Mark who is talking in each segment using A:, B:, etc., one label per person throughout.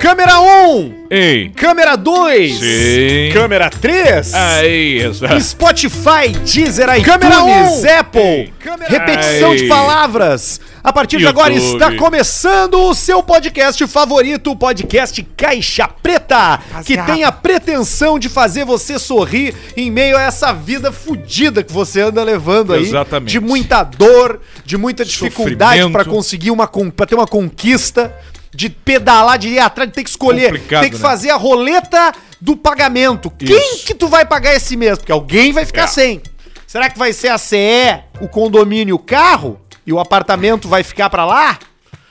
A: Câmera 1, um,
B: Ei.
A: câmera 2,
B: Sim.
A: câmera 3,
B: Aí, essa.
A: Spotify, Deezer, iTunes,
B: Câmera um.
A: Apple,
B: Câmera-
A: repetição de
B: Ai.
A: palavras. A partir de agora
B: YouTube.
A: está começando o seu podcast favorito, o podcast Caixa Preta,
B: Tá
A: que tem a pretensão de fazer você sorrir em meio a essa vida fudida que você anda levando aí,
B: Exatamente.
A: de muita dor, de muita dificuldade
B: Sofrimento.
A: para conseguir uma para ter uma conquista, de pedalar, de ir atrás, de ter que escolher,
B: Complicado,
A: ter que
B: né?
A: fazer a roleta do pagamento. Quem
B: Isso.
A: que tu vai pagar esse mês? Porque alguém vai ficar
B: É.
A: sem. Será que vai ser a CE, o condomínio, o carro? E o apartamento vai ficar pra lá?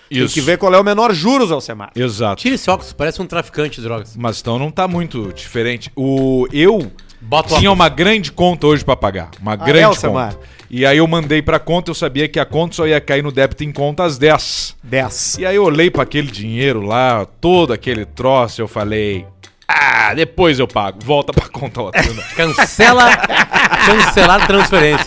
A: Tem
B: Isso.
A: que ver qual é o menor juros, Alcemar.
B: Exato.
C: Tira esse óculos, parece um traficante de drogas.
B: Mas então não tá muito diferente. O eu
C: Bota o
B: tinha um-
C: óculos.
B: uma grande conta hoje pra pagar, uma
A: é,
B: grande
A: Alcemar?
B: conta. E aí eu mandei pra conta, eu sabia que a conta só ia cair no débito em conta às 10.
A: 10.
B: E aí eu olhei pra aquele dinheiro lá, todo aquele troço, eu falei: "Ah, depois eu pago. Volta pra conta outra."
C: Cancela. cancelar transferência.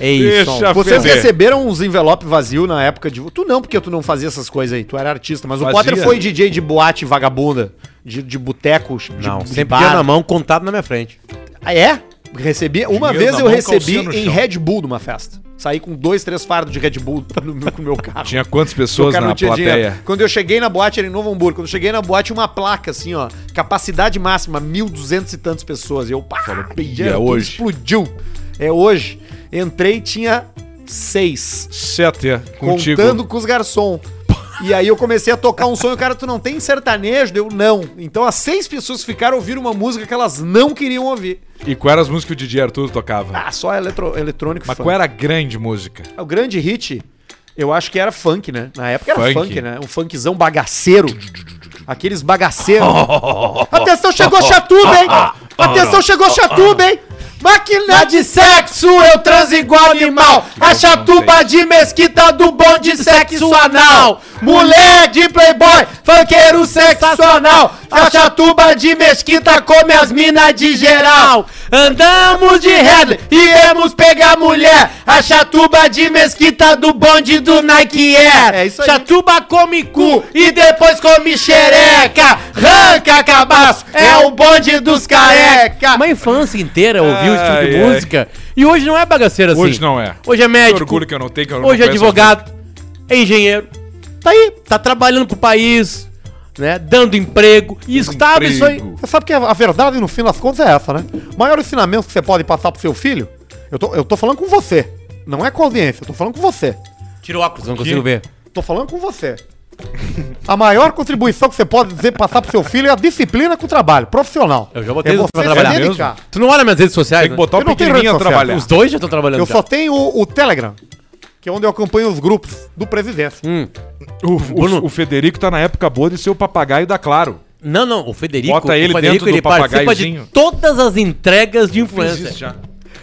C: É isso.
B: Deixa
C: ó.
A: Vocês
B: Feder.
A: receberam uns envelopes vazios na época de. Tu não, porque tu não fazia essas coisas aí. Tu era artista. Mas o
B: Fazia.
A: Potter foi DJ de boate vagabunda. De, de boteco. de-
C: Não,
A: de
C: sempre
A: bar.
C: dinheiro na mão, contado na minha frente.
A: Ah, É? Recebi. Uma
B: Dinheiro
A: vez
B: na
A: eu
B: mão,
A: recebi
B: calcinha no
A: em
B: chão.
A: Red Bull numa festa. Saí com dois, três fardos de Red Bull no meu, com o meu carro.
B: Tinha quantas
A: Porque o
B: pessoas
A: cara
B: na
A: não tinha dinheiro.
B: plateia?
A: Quando eu cheguei na boate, era em Novo Hamburgo. Quando eu cheguei na boate, uma placa assim, ó. Capacidade máxima, 1.200 e tantas pessoas. E eu, pá,
B: Falou,
A: que
B: "Ih, é
A: dinheiro", tudo
B: hoje.
A: Explodiu. É hoje. Entrei, tinha seis.
B: Sete é, contigo.
A: Contando com os garçons. E aí eu comecei a tocar um sonho, o cara, tu não tem sertanejo? Eu, não. Então as seis pessoas ficaram ouvindo uma música que elas não queriam ouvir.
B: E qual era as músicas que o DJ Arthur tocava?
A: Ah, só eletro, eletrônico
B: Mas
A: funk.
B: qual era a grande música?
A: É, O grande hit, eu acho que era funk, né? Na época era funk,
B: Funk.
A: né? Um funkzão bagaceiro. Aqueles bagaceiros. Atenção, chegou chatuba, hein? Atenção, chegou chatuba, hein? Máquina de sexo, eu transo igual animal. A chatuba de mesquita do bom de sexo anal. Mulher de playboy, funkeiro sensacional. A chatuba de mesquita come as minas de geral. Andamos de Headley, iremos pegar mulher. A chatuba de mesquita do bonde do Nike Air. É isso aí. Chatuba come cu e depois come xereca. Ranca cabaço, é o bonde dos careca.
C: Uma infância inteira ouviu esse tipo de
B: Ai, ai.
C: música. E hoje não é bagaceiro assim.
B: Hoje não é.
C: Hoje é
B: Que
C: médico.
B: orgulho que eu não tenho, que eu não assim.
C: Hoje é
B: conheço
C: advogado. É engenheiro. Tá aí, tá trabalhando pro país, né? Dando emprego. E estava isso aí.
B: Emprego.
A: Você sabe que a verdade, no fim das contas, é essa, né? O maior ensinamento que você pode passar pro seu filho, eu tô, eu tô falando com você. Não é com a audiência, eu tô falando com você.
C: Tira o óculos, não consigo ver.
A: Tô falando com você. A maior contribuição que você pode dizer passar pro seu filho é a disciplina com o trabalho, profissional.
C: Eu já botei
A: é
C: pra
A: você se
C: trabalhar
B: mesmo?
A: dedicar.
C: Tu não olha minhas redes sociais?
B: Tem que
C: né?
B: botar
A: Eu
B: o
A: não tenho
B: pequenininho a
A: rede social.
B: trabalhar.
C: Os dois já estão trabalhando.
A: Eu
C: já.
A: só tenho o, o Telegram, que é onde eu acompanho os grupos do presidente.
C: Hum.
B: O, o-
C: Bruno.
B: o Federico tá na época boa de ser o papagaio da Claro.
C: Não, não, o Federico,
B: Bota ele
C: o Federico
B: dentro do
C: participa
B: papagaizinho.
C: de todas as entregas de influencer.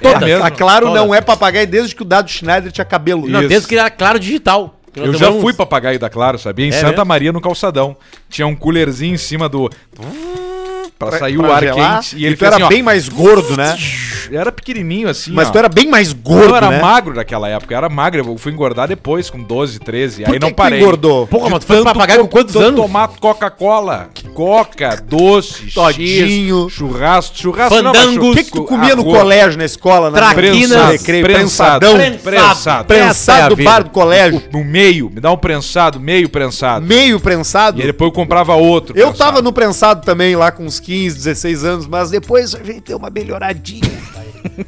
C: Todas.
B: mesmo?
A: Tá claro,
C: Todas.
A: não é papagaio desde que o Dado Schneider tinha cabelo. né?
C: Não,
B: Isso.
C: desde que ele era claro digital.
B: Eu já fui papagaio da Claro, sabia? Em
C: É
B: Santa
C: mesmo?
B: Maria, no calçadão. Tinha um coolerzinho em cima do... Pra, sair o
A: pra
B: ar
A: gelar,
B: quente. E ele
A: tu
B: fez
A: era
B: assim, ó.
A: bem mais gordo, né?
B: Era pequenininho assim,
A: Mas
B: ó.
A: tu era bem mais gordo,
B: Eu era
A: né?
B: magro naquela época. Eu era magro. Eu fui engordar depois, com 12, 13.
A: Por
B: aí
A: que
B: não
A: que tu
B: parei.
A: engordou?
C: Porra, mas tu foi papagaio com quantos
B: Tanto
C: anos?
B: tomar Coca-Cola, Coca, doce,
A: Todinho.
B: X, churrasco, churrasco não, mas
C: Fandango.
B: churrasco,
A: O que, que tu comia no
B: arroz,
A: colégio, na escola, na
C: Traquinas,
A: no recreio,
B: Ah, prensado,
A: prensadão,
B: prensado, prensado,
C: Essa é a
A: prensado do
C: vida.
A: bar do colégio,
B: No meio, me dá um prensado, meio prensado.
A: meio prensado.
B: E aí depois eu comprava outro.
A: Eu
B: prensado.
A: tava no prensado também, lá com uns 15, 16 anos, mas depois a gente deu uma melhoradinha.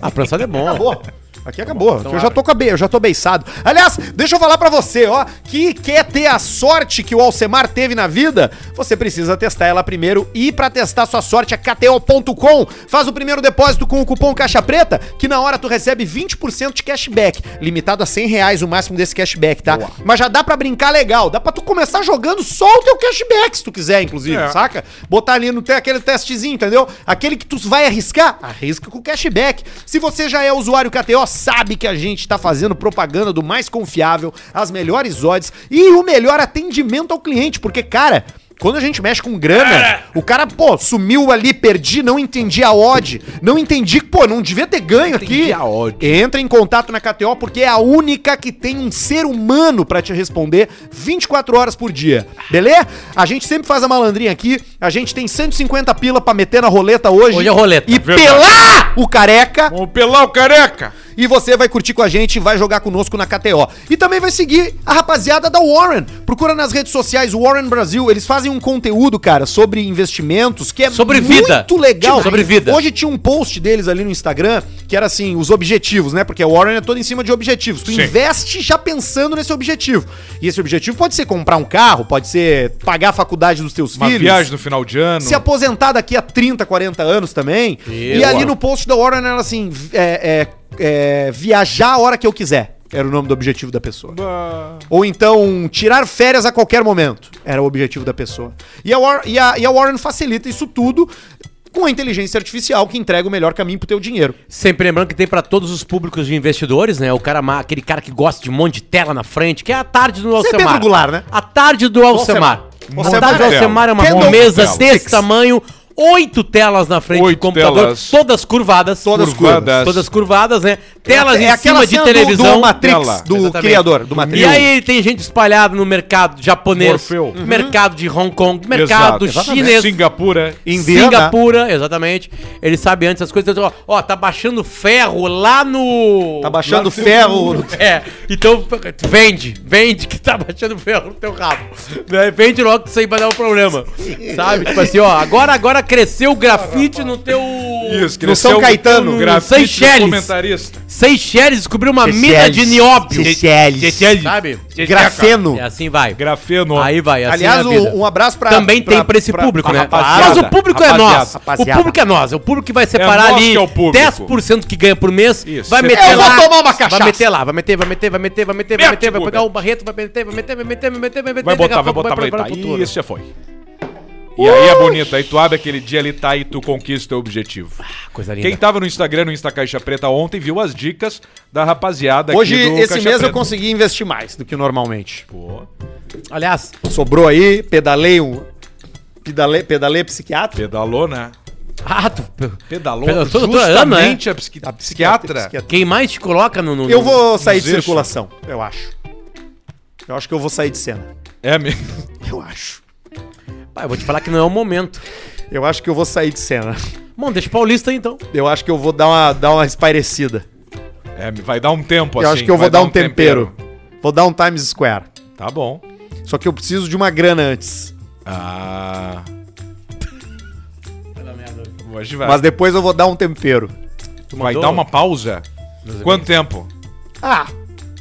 C: A prensada é bom.
A: Acabou. Aqui acabou. eu já tô com a be- eu já tô beiçado. Aliás, deixa eu falar pra você, ó, que quer ter a sorte que o Alcemar teve na vida, você precisa testar ela primeiro e pra testar sua sorte é kto.com. Faz o primeiro depósito com o cupom caixa preta, que na hora tu recebe 20% de cashback, limitado a 100 reais o máximo desse cashback, tá? Mas já dá pra brincar legal, dá pra tu começar jogando só o teu cashback se tu quiser, inclusive,
B: É.
A: sabe? saca? Botar ali no te- aquele testezinho, entendeu? Aquele que tu vai arriscar, arrisca com cashback. Se você já é usuário KTO, sabe que a gente tá fazendo propaganda do mais confiável, as melhores odds e o melhor atendimento ao cliente, porque, cara. Quando a gente mexe com grana, o cara, pô, sumiu ali, perdi, não entendi a odd, não entendi, pô, não devia ter ganho aqui.
B: Entendi a odd.
A: Entra em contato na KTO porque é a única que tem um ser humano pra te responder 24 horas por dia. Beleza? A gente sempre faz a malandrinha aqui. A gente tem 150 pila pra meter na roleta hoje.
C: Hoje é roleta.
A: E
B: Verdade.
A: pelar o careca.
B: Vamos pelar o careca!
A: E você vai curtir com a gente e vai jogar conosco na KTO. E também vai seguir a rapaziada da Warren. Procura nas redes sociais Warren Brasil. Eles fazem um conteúdo, cara, sobre investimentos que é
C: Sobre
A: muito
C: vida.
A: legal.
C: Demais. Sobre vida.
A: Hoje tinha um post deles ali no Instagram que era assim, os objetivos, né? Porque a Warren é toda em cima de objetivos. Tu
B: Sim.
A: investe já pensando nesse objetivo. E esse objetivo pode ser comprar um carro, pode ser pagar a faculdade dos teus
B: Uma
A: filhos.
B: viagem no final de ano.
A: Se aposentar daqui a 30, 40 anos também.
C: Meu
A: e ali
C: amor.
A: no post da Warren era assim: vi- é, é, é, viajar a hora que eu quiser. Era o nome do objetivo da pessoa.
B: Bah.
A: Ou então, tirar férias a qualquer momento. Era o objetivo da pessoa. E a, War- e a- e a Warren facilita isso tudo com a inteligência artificial que entrega o melhor caminho pro teu dinheiro.
C: Sempre lembrando que tem pra todos os públicos de investidores, né? O cara, ma- aquele cara que gosta de um monte de tela na frente, que é a tarde do
A: Você é
C: Alcemar.
A: Pedro Goulart, né?
C: A tarde do Alcemar.
A: Alcemar.
C: A tarde do
B: Alcemar.
C: Alcemar é uma
A: Kendall
C: mesa
B: Telas.
C: desse tamanho, oito telas na frente
B: Oito
C: do computador,
B: telas.
C: todas curvadas.
A: Todas
B: curvadas.
C: Todas curvadas, né? Telas
A: é
C: em cima de
A: cena
C: televisão.
A: Do, do Matrix,
B: Tela.
A: do
C: Exatamente.
A: criador, do Matrix.
C: E aí tem gente espalhada no mercado japonês,
B: Morfeu. Uhum.
C: mercado de Hong Kong, mercado
B: Exato.
C: chinês,
B: Singapura.
A: Indiana.
C: Singapura, exatamente. Ele sabe antes as coisas. Então, Ó, ó, tá baixando ferro lá no.
A: Tá baixando ferro.
C: É, então vende, vende que tá baixando ferro no teu rabo. Né? Vende logo que isso aí vai dar um problema. Sabe? Tipo assim, ó, agora, agora cresceu o grafite no teu.
B: Isso,
A: No São
B: cresceu
A: Caetano,
B: no
A: no
B: grafite do
C: Seychelles.
B: comentarista.
C: Seychelles descobriu uma
A: Seychelles.
C: mina de nióbio.
A: Seychelles.
C: Sabe?
A: Grafeno.
C: E assim vai.
B: Grafeno.
C: Aí vai, assim
A: Aliás,
C: é a vida.
A: um, um abraço pra.
C: Também
A: pra-
C: tem pra esse
A: pra-
C: público,
A: pra
C: né?
A: rapaziada.
C: Mas o público é
B: rapaziada,
C: nós.
A: rapaziada.
C: O público é nós. É o público que vai separar
B: É nós
C: ali
B: que é o público.
C: 10% que ganha por mês.
B: Isso.
C: Vai
B: Eu
C: meter
A: vou
C: lá.
A: tomar uma cachaça.
C: Vai meter lá, vai meter, vai meter, vai meter, vai meter, vai
B: Mete,
C: meter, vai
B: Guga.
C: pegar o barreto, vai meter, vai meter, vai meter, vai meter, vai meter.
B: Vai
C: daqui a
B: botar, vai
C: pouco
B: botar pra
C: pra-
B: deitar.
C: pra futuro.
B: Isso já foi. E aí é bonito, aí tu abre aquele dia ali, tá, e tu conquista o teu objetivo.
C: Coisa linda.
B: Quem tava no Instagram, no Insta Caixa Preta ontem, viu as dicas da rapaziada
A: Hoje, esse mês eu
B: consigo.
A: consegui investir mais do que normalmente.
B: tá-
C: Aliás,
A: Sobrou aí, pedalei um. Pedalei, pedalei psiquiatra.
B: Pedalou, né?
C: ah, tu-
B: Pedalou
C: Pedalou toda a tua
B: justamente a, psiqui-
A: né? A
B: psiquiatra.
C: quem mais te coloca no. no-
A: Eu vou sair de
B: Existe.
A: circulação, eu acho. Eu acho que eu vou sair de cena.
B: É mesmo.
A: Eu acho.
C: Pai, eu vou te falar que não é o momento.
A: Eu acho que eu vou sair de cena.
C: Bom, deixa o Paulista aí, então.
A: Eu acho que eu vou dar uma, dar uma espairecida.
B: É, vai dar um tempo
A: eu acho que eu
B: vai
A: vou dar um tempero. Vou dar um Times Square.
B: Tá bom.
A: Só que eu preciso de uma grana antes.
B: Ah. Hoje vai.
A: Mas depois eu vou dar um tempero.
B: vai
C: mandou?
B: dar uma pausa?
C: Meus
B: Quanto tempo?
A: Ah,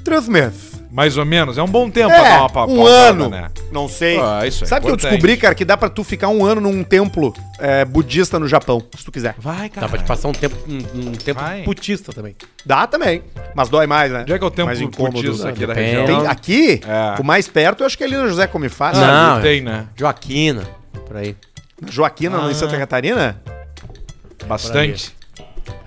A: três meses.
B: Mais ou menos? É um bom tempo pra
A: É,
B: dar uma pa-
A: um
B: pausada,
A: ano.
B: né?
A: Não sei.
B: Ah, isso é
A: Sabe o que eu
B: importante.
A: descobri, cara? Que dá pra tu ficar um ano num templo é, budista no Japão, se tu quiser.
B: Vai, cara.
C: Dá pra te passar um tempo, um, um tempo
B: Vai.
C: putista também.
A: Dá também, mas dói mais, né?
B: Onde é que é o
A: mais
B: tempo
A: incômodo. né?
B: putista aqui da
C: Tem-
B: região?
A: Tem- aqui,
B: É.
A: o mais perto, eu acho que é ali na José Come Fácil.
C: Não.
B: Ah, tem, né?
C: Joaquina, por aí.
A: Na Joaquina,
B: Ah.
A: em Santa Catarina?
B: Bastante.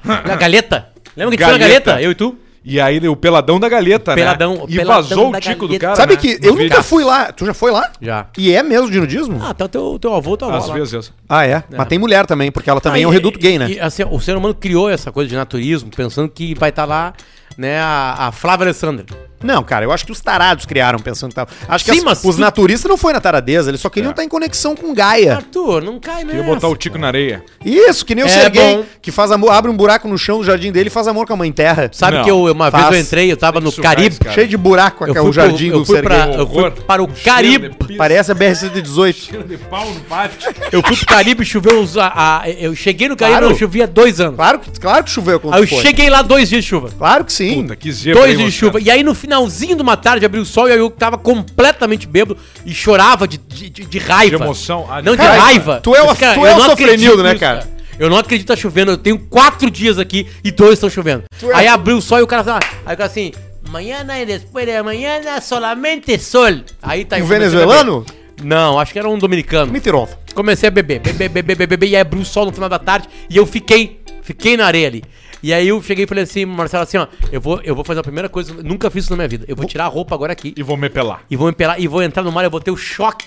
C: A galeta. Lembra que tinha uma galeta?
B: Galeta.
C: Eu e tu?
B: E aí, o peladão da galeta, né?
C: Peladão-
B: E
C: peladão
B: vazou
C: da
B: o tico do
C: galeta.
B: cara,
A: Sabe
B: né?
A: que
B: No
A: eu
B: vídeo.
A: nunca fui lá. Tu já foi lá?
C: Já.
A: E é mesmo de nudismo?
C: Ah, até o teu, teu avô, tua avó.
B: Às
C: lá.
B: vezes.
A: Ah, é? Mas tem mulher também, porque ela também
C: Ah,
A: é um
C: e-
A: reduto gay, né?
C: e, assim, o ser humano criou essa coisa de naturismo, pensando que vai estar lá, né, a, a Flávia Alessandra.
A: Não, cara, eu acho que os tarados criaram pensando que tava. Acho que
C: Sim,
A: as-
C: mas
A: os
C: tu-
A: naturistas não foi na taradeza, eles só
B: É.
A: queriam estar em conexão com Gaia.
C: Arthur, não cai
B: Queria
C: mesmo.
B: botar o tico na areia.
A: Isso, que nem o
C: É
A: Serguei,
C: bom.
A: que faz amor, abre um buraco no chão do jardim dele e faz amor com a mãe terra.
C: Sabe
B: Não,
C: que eu, uma vez eu
A: faz.
C: entrei, eu tava
B: Tem
C: no
B: que sujar
C: Caribe.
B: esse cara.
A: Cheio de buraco
C: Eu
A: aqui é
C: fui
A: o
C: pro-
A: jardim
C: eu
A: do
C: fui
A: Serguei.
C: pra- eu fui para o Caribe.
A: Parece a BR-118.
B: Cheiro de pau no pátio.
C: Eu fui pro Caribe, choveu uns. a- a- eu cheguei no Caribe,
A: Claro.
C: não chovia dois anos.
A: Claro que, claro que choveu quando
C: Aí eu
A: tu foi.
C: cheguei lá dois dias de chuva.
A: Claro que sim.
B: Puta, que zebra.
C: Dois
B: hein,
C: dias de
B: Luciano?
C: chuva. E aí no finalzinho de uma tarde abriu o sol e aí eu tava completamente bêbado e chorava de, de, de- de raiva.
B: De emoção. Ah,
C: não de
A: cara,
C: raiva.
A: tu é o- tu
C: eu
A: é o
C: não
A: sofrenildo,
C: acredito
A: né,
C: nisso,
A: cara?
C: Eu não acredito que tá chovendo. Eu tenho quatro dias aqui e dois estão chovendo.
A: Tu é-
C: Aí abriu o sol e o cara tava. Aí o cara assim. Mañana e depois de mañana solamente sol. Aí tá
A: Um
C: eu comecei a
A: venezuelano?
C: beber. Não, acho que era um dominicano.
A: Mentiroso.
C: Comecei a beber, beber, beber, beber, beber, e aí abriu o sol no final da tarde e eu fiquei, fiquei na areia ali. E aí eu cheguei e falei assim, Marcelo, assim, ó, eu vou, eu vou fazer a primeira coisa, nunca fiz isso na minha vida. Eu vou tirar a roupa agora aqui
B: E vou me pelar.
C: e vou me pelar, e vou entrar no mar, eu vou ter o choque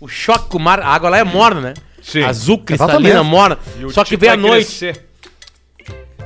C: O choque com o mar. A água lá é morna, né?
B: Sim.
A: É
C: Azul, cristalina,
A: Exatamente.
C: morna.
B: E o
C: Só que
B: Tite
C: vem à
B: vai
C: noite.
B: crescer.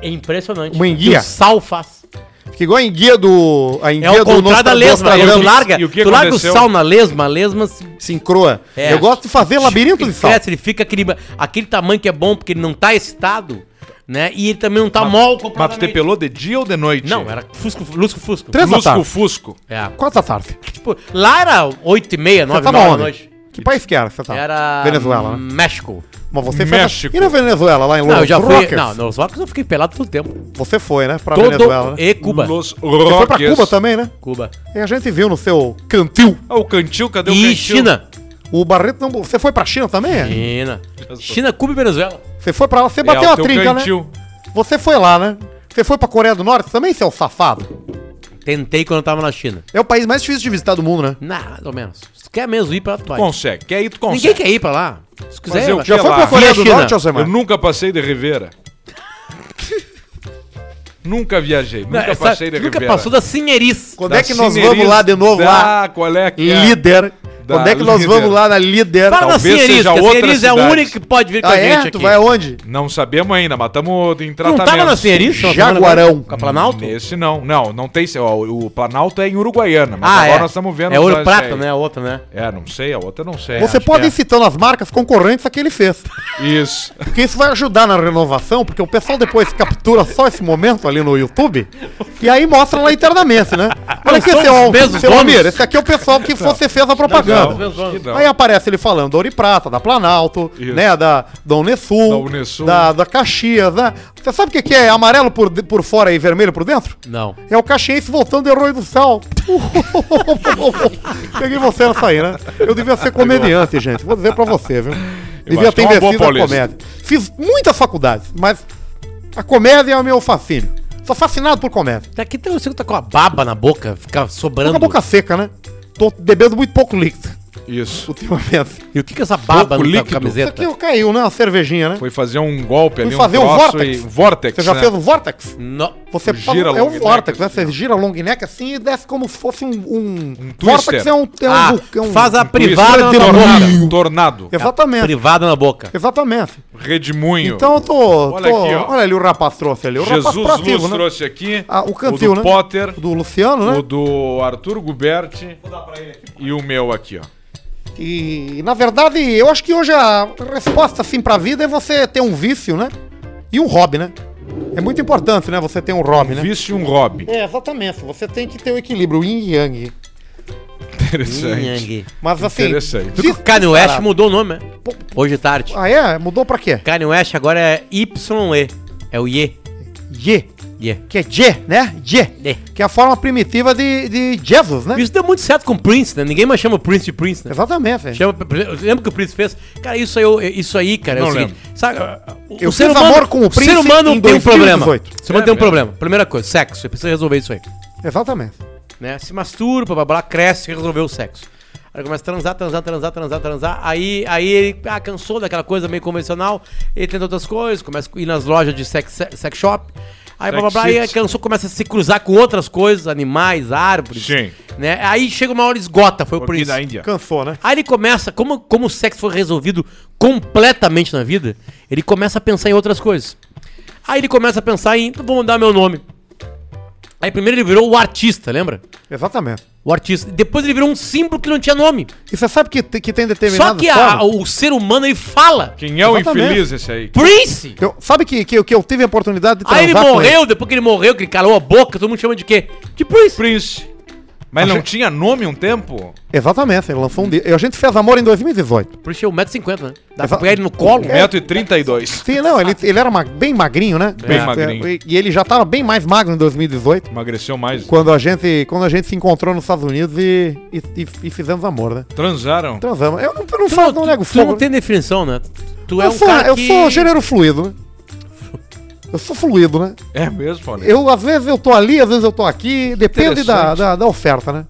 C: É impressionante.
A: Uma enguia.
C: E O sal faz.
A: Fica igual a enguia do. A
C: É
A: enguia
C: o contrário da lesma.
A: Nostradamus.
C: Tu larga,
B: E o que
C: tu larga o
B: aconteceu?
C: sal na lesma, a lesma se
A: Se encroa.
C: É.
A: Eu gosto de fazer labirinto de
C: ele
A: sal.
C: cresce, ele fica aquele, aquele tamanho que é bom porque ele não tá excitado, né? E ele também não tá mol
B: Mas tu te
C: completamente.
B: pelou de dia ou de noite?
C: Não, era fusco, lusco, fusco.
A: Três da
B: Fusco
A: tarde.
B: Fusco.
C: É.
A: Quatro da tarde.
C: Tipo, lá era 8 e meia, 9
A: Você tava
C: horas da
A: onde?
C: noite.
A: Que país que era? que Você tava?
C: Era
A: Venezuela, né?
C: México.
A: Mas você
B: México.
A: foi. na- E na Venezuela, lá em Los
C: Não, eu já fui.
A: Rockers?
C: Não, nos Rocks eu fiquei pelado todo o tempo.
A: Você foi, né? Pra
C: Todo
A: Venezuela, né?
C: e É Cuba.
B: Los
A: Você foi pra
B: Roques.
A: Cuba também, né?
C: Cuba.
A: E a gente viu no seu cantil.
B: Ah, o cantil, cadê o
C: E
B: cantil?
C: China.
A: O Barreto não. Você foi pra China também? é?
C: China. China, Cuba e Venezuela.
A: Você foi pra lá, você
B: É,
A: bateu
B: o
A: a
B: teu
A: trinca, né?
B: cantil.
A: Você foi lá, né? Você foi pra Coreia do Norte também, seu safado?
C: Tentei quando eu tava na China.
A: É o país mais difícil de visitar do mundo, né?
C: Nah, mais ou menos. Se tu quer mesmo ir pra lá, tu vai.
B: Consegue. Quer ir, tu consegue.
C: Ninguém quer ir pra lá. Se quiser,
B: Fazer o
C: vai.
B: quê?
A: Já foi pra
B: lá.
A: Coreia
C: Via
A: do
C: China.
A: Norte, Alzheimer?
B: Eu nunca passei de Rivera. nunca viajei,
C: Não,
B: nunca
C: essa-
B: passei de
C: tu nunca
B: Rivera.
C: passou da Sinheriz.
A: Quando é que nós vamos lá de novo
B: da,
A: lá?
B: qual é que é?
A: Líder.
B: Da
A: Quando é que nós
B: líder.
A: vamos lá na líder?
C: Fala na
B: Talvez
C: Sinheriz, que
B: seja
C: a
B: outra
C: Sinheriz é a
B: cidade.
C: única que pode vir com
A: Ah,
C: a gente
A: é?
C: aqui.
A: Tu vai aonde?
B: Não sabemos ainda, mas estamos em
C: Tu não
B: tratamento.
C: tava na Sinheriz?
A: Jaguarão.
C: Com a Planalto?
B: Esse não, não, não tem. ó, o Planalto é em Uruguaiana, mas
C: Ah,
B: agora
C: é.
B: nós estamos vendo.
C: É
B: os
C: ouro e
B: dois
C: prata,
B: aí.
C: né? A outra, né?
B: É, não sei, a outra não sei.
A: Você
B: É, acho
A: pode ir
B: que
A: citando as marcas concorrentes a que ele fez.
B: é. Isso.
A: Porque isso vai ajudar na renovação, porque o pessoal depois captura só esse momento ali no YouTube e aí mostra lá internamente, né? Olha aqui,
C: somos
A: seu,
C: os mesmos
A: seu
C: donos?
A: Almir, esse aqui é o pessoal que você fez a propaganda.
B: Não, acho que não.
A: Aí aparece ele falando da Ouro e Prata, da Planalto,
B: Isso.
A: né, da, da Unesul, da,
B: Da Unesul.
A: da Caxias, né? Você sabe o que que é amarelo por, de- por fora e vermelho por dentro?
C: Não.
A: É o caxiense voltando do Herói do Sal. Peguei você nessa aí, né? Eu devia ser comediante, gente. Vou dizer pra você, viu? Devia
B: acho que
A: ter
B: é uma
A: investido
B: boa
A: na
B: paulista.
A: comédia. Fiz muitas faculdades, mas a comédia é o meu fascínio. Sou fascinado por comédia.
C: Daqui tem você que tá com a baba na boca, fica
A: Tô
C: sobrando.
A: com a boca seca, né? Tô bebendo muito pouco líquido
B: Isso.
A: ultimamente.
C: E o que que essa baba
B: Pouco
C: não tá
B: líquido.
A: Isso aqui
C: camiseta?
A: eu caiu, né? Uma cervejinha, né?
B: Foi fazer um golpe ali,
A: Fui fazer um
B: troço
A: vórtex.
B: e- Vortex,
A: Você já
B: né?
A: fez um vortex?
C: Não.
A: Você
B: Gira
A: fala- é
B: long
A: um
B: neck,
A: vortex, né?
B: assim,
A: Você gira long neck assim e desce como se fosse um. Um,
B: twister.
A: é um. É um,
C: Ah,
A: vulcão.
C: faz a
B: Privada
C: privada
A: de
C: na boca.
A: Rio.
B: tornado, tornado.
A: Então- Exatamente.
C: Privada na boca.
A: Exatamente.
B: Redemoinho.
A: Então eu tô. tô-
B: Olha
A: Olha,
B: aqui, ó.
A: ali o rapaz trouxe ali. O rapaz
B: Jesus
A: proativo,
B: Luz
A: né?
B: trouxe aqui.
A: Ah, o cantil,
B: o do
A: né?
B: Potter,
A: O Do Luciano, né?
B: o do Arthur Guberti e o meu aqui, ó.
A: E na verdade, eu acho que hoje a resposta assim pra vida é você ter um vício, né? E um hobby, né? É muito importante, né? Você ter um hobby, né?
B: Vício e um hobby.
A: É, exatamente. Você tem que ter o equilíbrio, o yin e yang.
B: Interessante.
C: Yang.
A: Mas assim.
B: Interessante.
A: diz-
C: O Kanye West
A: Caralho.
C: mudou o nome, né? Hoje tarde.
A: Ah, é? Mudou pra quê?
C: Kanye West agora é YE. É o Ye.
A: Ye.
C: Ye.
A: Que é Je, né? Je.
C: Ye.
A: Que é a forma primitiva de, de Jesus, né?
C: Isso deu muito certo com o Prince, né? Ninguém mais chama o Prince de Prince, né?
A: Exatamente, velho.
C: Chama, lembra o que o Prince fez? Cara, isso aí, eu- isso aí cara, é
B: Não
C: o seguinte. Sabe, o
A: Eu fiz amor com o Prince
C: ser humano
A: em
C: tem um problema. O
A: 2018.
C: ser humano tem um
B: É mesmo.
C: problema. Primeira coisa, sexo. Você precisa resolver isso aí.
A: Exatamente.
C: né? Se masturba, blá, blá, blá, cresce, resolveu o sexo. Aí começa a transar, transar, transar, transar, transar. Aí, aí ele ah, cansou daquela coisa meio convencional, ele tenta outras coisas, começa a ir nas lojas de sex, sex, sex shop. Aí, blá, blá, blá,
B: Sex
C: aí
B: shop.
C: cansou, começa a se cruzar com outras coisas, animais, árvores.
B: Sim.
C: Né? Aí chega uma hora e esgota, foi por
B: Aqui
C: isso.
B: Um da Índia.
A: Cansou, né?
C: Aí ele começa, como, como o sexo foi resolvido completamente na vida, ele começa a pensar em outras coisas. Aí ele começa a pensar em, vou mudar meu nome. Aí primeiro ele virou o artista, lembra?
A: Exatamente.
C: O artista. Depois ele virou um símbolo que não tinha nome.
A: E você sabe que, te- que tem
C: Só
A: determinado.
C: que a- o ser humano ele fala.
B: Quem é o
A: Exatamente.
B: infeliz esse aí?
C: Prince!
A: eu, sabe que, que, eu- que eu tive a oportunidade de
C: Aí Ah, ele
A: transar com ele?
C: morreu, depois que ele morreu, que ele calou a boca, todo mundo chama de quê? De Prince.
B: Prince. Mas
A: Acho-
B: não tinha nome um tempo?
A: Exatamente, ele lançou um dia. A gente fez amor em 2018.
C: Prince tinha 1,50m, né? Dá pra
A: Exa-
C: pegar ele no colo.
A: É.
B: 1,32m.
A: Sim, não, ele, ele era ma- bem magrinho, né?
B: Bem
A: É,
B: magrinho.
A: E, e ele já tava bem mais magro em 2018,
B: Emagreceu mais.
A: quando a gente, quando a gente se encontrou nos Estados Unidos e, e, e- e fizemos amor, né?
B: Transaram.
A: Transamos. Eu não, eu não,
C: Tu
A: faço, não nego
C: tu não
A: fogo.
C: tem definição, né? Tu é
A: eu,
C: um
A: sou,
C: cara
A: eu
C: que...
A: sou gênero fluido, né? Eu sou fluido, né?
B: É mesmo, olha.
A: Eu, às vezes eu tô ali, às vezes eu tô aqui, depende da,
B: Interessante.
A: da, da oferta, né?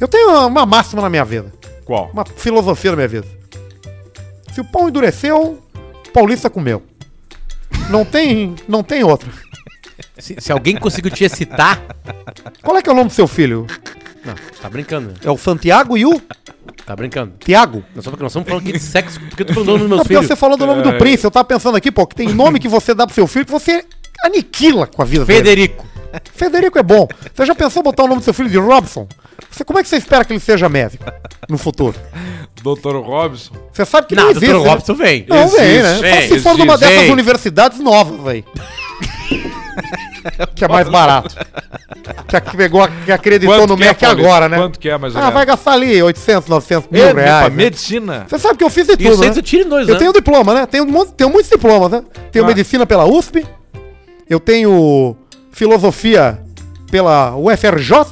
A: Eu tenho uma máxima na minha vida.
B: Qual?
A: uma filosofia na minha vida. Se o pão endureceu, paulista comeu. Não tem, não tem outro.
C: Se, se alguém conseguiu te excitar...
A: Qual é que é o nome do seu filho?
C: Não, tu tá brincando, né?
A: É o Santiago e o
C: Tá brincando.
A: Tiago?
C: Não, só porque nós estamos falando aqui de sexo, porque eu tô falando dos meus
A: Não, porque
C: filhos.
A: você falou do nome do
B: É.
A: príncipe. Eu tava pensando aqui, pô, que tem nome que você dá pro seu filho que você aniquila com a vida dele.
C: Federico.
A: Federico é bom. Você já pensou botar o nome do seu filho de Robson? Você, como é que você espera que ele seja médico no futuro?
B: Dr. Robson.
A: Você sabe que
C: Não,
A: não
C: o
A: existe.
C: Dr.
A: né?
C: Robson vem.
A: Não, vem, né?
B: Existe,
A: Só se
B: existe,
A: for numa dessas
B: existe.
A: universidades novas, aí. que é mais barato. Que a que pegou, a- que acreditou no
B: que é,
A: MEC
B: Paulista?
A: agora, né?
B: Quanto que é, mais ou
A: Ah, vai gastar ali 800, 900 mil
B: Ele, pra
A: reais. né?
B: medicina.
A: Você sabe que eu fiz de tudo,
C: Isso aí
A: né?
C: você tira em dois
A: Eu
C: anos.
A: tenho diploma, né? Tenho, um monte- tenho muitos diplomas, né? Tenho
B: Ah.
A: medicina pela USP, eu tenho filosofia pela UFRJ,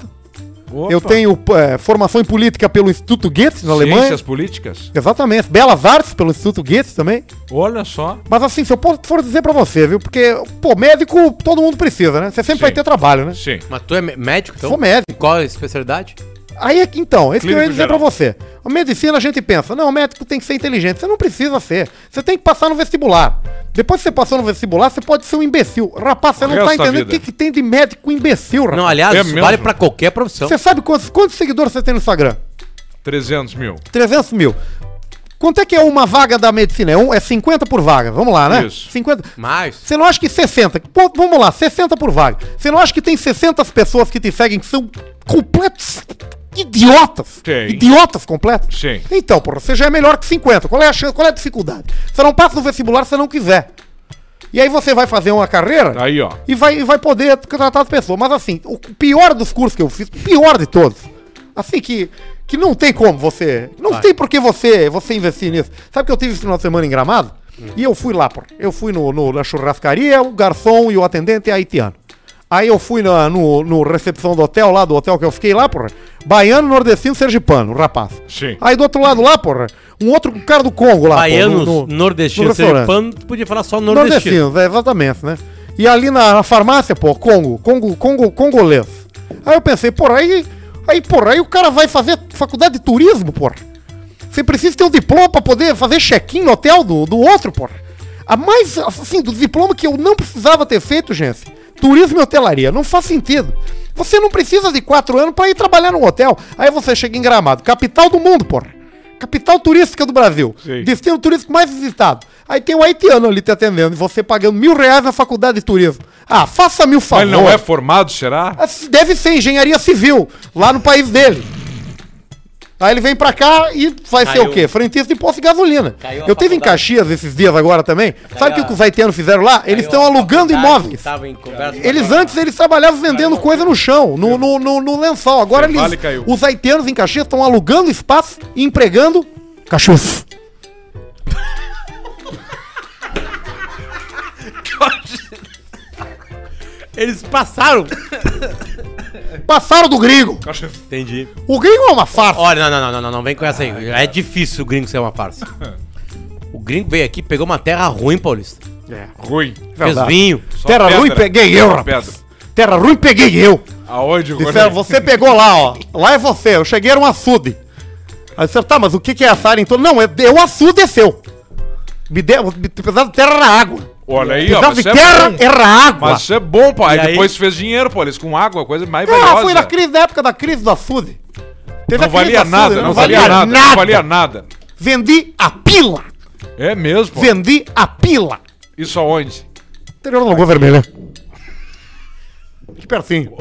A: eu
B: Opa.
A: tenho eh, formação em política pelo Instituto Goethe, na Alemanha.
B: Ciências políticas?
A: Exatamente. Belas Artes pelo Instituto Goethe também.
B: Olha só.
A: Mas assim, se eu posso- for dizer pra você, viu? Porque, pô, médico todo mundo precisa, né? Você sempre
B: Sim.
A: vai ter trabalho, né?
B: Sim.
C: Mas tu é mé- médico, então?
A: Sou médico.
C: Qual a especialidade?
A: Aí, é que- então, esse que eu ia
B: Clínico
A: dizer
B: geral.
A: pra você. A medicina a gente pensa, não, o médico tem que ser inteligente. Você não precisa ser. Você tem que passar no vestibular. Depois que você passou no vestibular, você pode ser um imbecil. Rapaz, você
B: O
A: não
B: resto
A: tá
B: da
A: entendendo o
B: vida.
A: que, que tem de médico imbecil, rapaz.
C: Não, então. aliás,
B: É
C: isso
B: mesmo?
C: vale pra qualquer profissão.
A: Você sabe quantos, quantos seguidores você tem no Instagram?
B: 300 mil.
A: 300 mil. Quanto é que é uma vaga da medicina? É, um, é 50 por vaga. Vamos lá, né?
B: Isso.
A: 50.
C: Mas...
A: Você não acha que 60, pô, vamos lá, 60 por vaga. Você não acha que tem 60 pessoas que te seguem que são completos idiotas?
B: Tem.
A: Idiotas completos?
B: Sim.
A: Então, porra, você já é melhor que 50. Qual é a chance, qual é a dificuldade? Você não passa no vestibular se você não quiser. E aí você vai fazer uma carreira
B: Aí, ó.
A: e vai, e vai poder tratar as pessoas. Mas assim, o pior dos cursos que eu fiz, o pior de todos, assim que, que não tem como você. Não tem por que você, você investir nisso. Sabe que eu tive esse final de semana em Gramado?
C: Hum.
A: E eu fui lá, pô. Eu fui no, no- na churrascaria, o garçom e o atendente é haitiano. Aí eu fui na no, no recepção do hotel, lá do hotel que eu fiquei lá, porra. Baiano, nordestino, sergipano, o rapaz.
B: Sim.
A: Aí do outro lado lá, porra, um outro cara do Congo lá. pô,
C: Baianos,
A: no- no- no
C: nordestinos,
A: restaurante.
C: serpano, tu podia falar só nordestino.
A: Nordestinos, é, exatamente, né? E ali na, na farmácia, pô, Congo, Congo, Congo, congolês. Aí eu pensei, porra, aí, aí, porra, aí o cara vai fazer faculdade de turismo, porra. Você precisa ter um diploma pra poder fazer check-in no hotel do, do outro, porra. A mais, assim, do diploma que eu não precisava ter feito, gente. Turismo e hotelaria, não faz sentido. Você não precisa de quatro anos pra ir trabalhar num hotel. Aí você chega em Gramado, capital do mundo, porra. Capital turística do Brasil.
B: Sim.
A: Destino turístico mais visitado. Aí tem o haitiano ali te atendendo e você pagando mil reais na faculdade de turismo. Ah, faça-me o
B: Mas
A: favor.
B: ele não é formado, será?
A: É, Deve ser engenharia civil, lá no país dele. Aí ele vem pra cá e vai ser
C: Caiu.
A: o quê? Frentista de posto de gasolina.
C: Caiu a
A: Eu tive em
C: faculdade.
A: Caxias esses dias agora também. Sabe o que,
C: a-
A: que os haitianos fizeram lá? Eles estão alugando imóveis.
C: Tava em conversa com
A: Eles
C: a-
A: antes eles trabalhavam vendendo coisa no chão, no, no, no, no lençol. Agora
B: Você vale,
A: eles,
B: caiu.
A: os haitianos em Caxias estão alugando espaço e empregando cachorros.
C: Eles passaram.
A: Passaram do gringo.
C: Entendi.
A: O gringo é uma farsa.
C: Olha, não, não, não, não, não vem com essa aí. É difícil o gringo ser uma farsa. O gringo veio aqui, pegou uma terra ruim, Paulista.
B: Ruim.
C: Fez
A: Verdade.
C: vinho.
B: Só
A: Terra
B: pedra.
A: ruim peguei eu,
B: Só
A: rapaz.
B: pedra.
A: Terra ruim peguei eu.
B: Aonde,
A: Disseram,
B: Gordo?
A: você pegou lá, ó. Lá é você. Eu cheguei, era um açude. Aí disseram, tá, mas o que que é essa área então? Não, é, é o açude é seu. Me deu, me, precisava de terra era água.
B: Olha aí, ó.
A: Precisava
B: Mas
A: de
B: isso é
A: terra
B: bom.
A: era água.
B: Mas isso é bom, pô. Aí
C: E aí?
B: depois fez dinheiro, pô. Eles com água, coisa mais
A: Ah, foi
B: valiosa.
A: na crise, na época da crise do açude. Teve a
B: Não
A: crise
B: valia
A: do açude,
B: nada, não valia nada. Não valia nada.
A: Vendi a pila.
B: É mesmo, pô.
A: Vendi a pila.
B: Isso aonde?
A: Interior do Lagoa Vermelha. Que pertinho.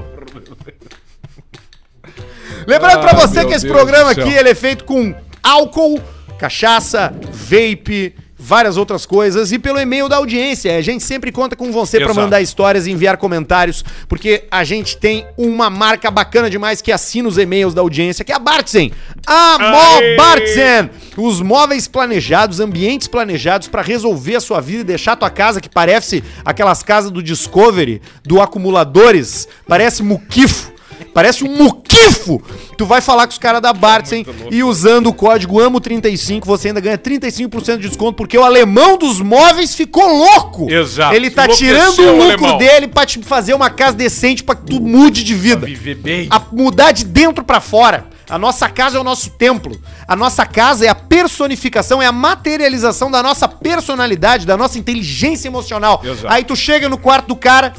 A: Lembrando pra
B: Ah,
A: você
B: meu
A: que esse
B: Deus
A: programa
B: do
A: aqui
B: céu.
A: ele é feito com álcool, cachaça, vape, várias outras coisas e pelo e-mail da audiência. A gente sempre conta com você pra
B: Exato.
A: mandar histórias e enviar comentários, porque a gente tem uma marca bacana demais que assina os e-mails da audiência, que é a Bartzen. A Mó
B: Aê!
A: Bartzen! Os móveis planejados, ambientes planejados pra resolver a sua vida e deixar a tua casa que parece aquelas casas do Discovery, do acumuladores, parece muquifo. Parece um muquifo! Tu vai falar com os caras da Bartzen e usando o código AMO35 você ainda ganha 35% de desconto porque o alemão dos móveis ficou louco!
B: Exato.
A: Ele tá
B: Enlouqueceu
A: tirando o
B: o
A: lucro
B: alemão.
A: dele pra te fazer uma casa decente pra que tu mude de vida
B: Viver bem.
A: a mudar de dentro pra fora. A nossa casa é o nosso templo. A nossa casa é a personificação, é a materialização da nossa personalidade, da nossa inteligência emocional.
B: Exato.
A: Aí tu chega no quarto do cara,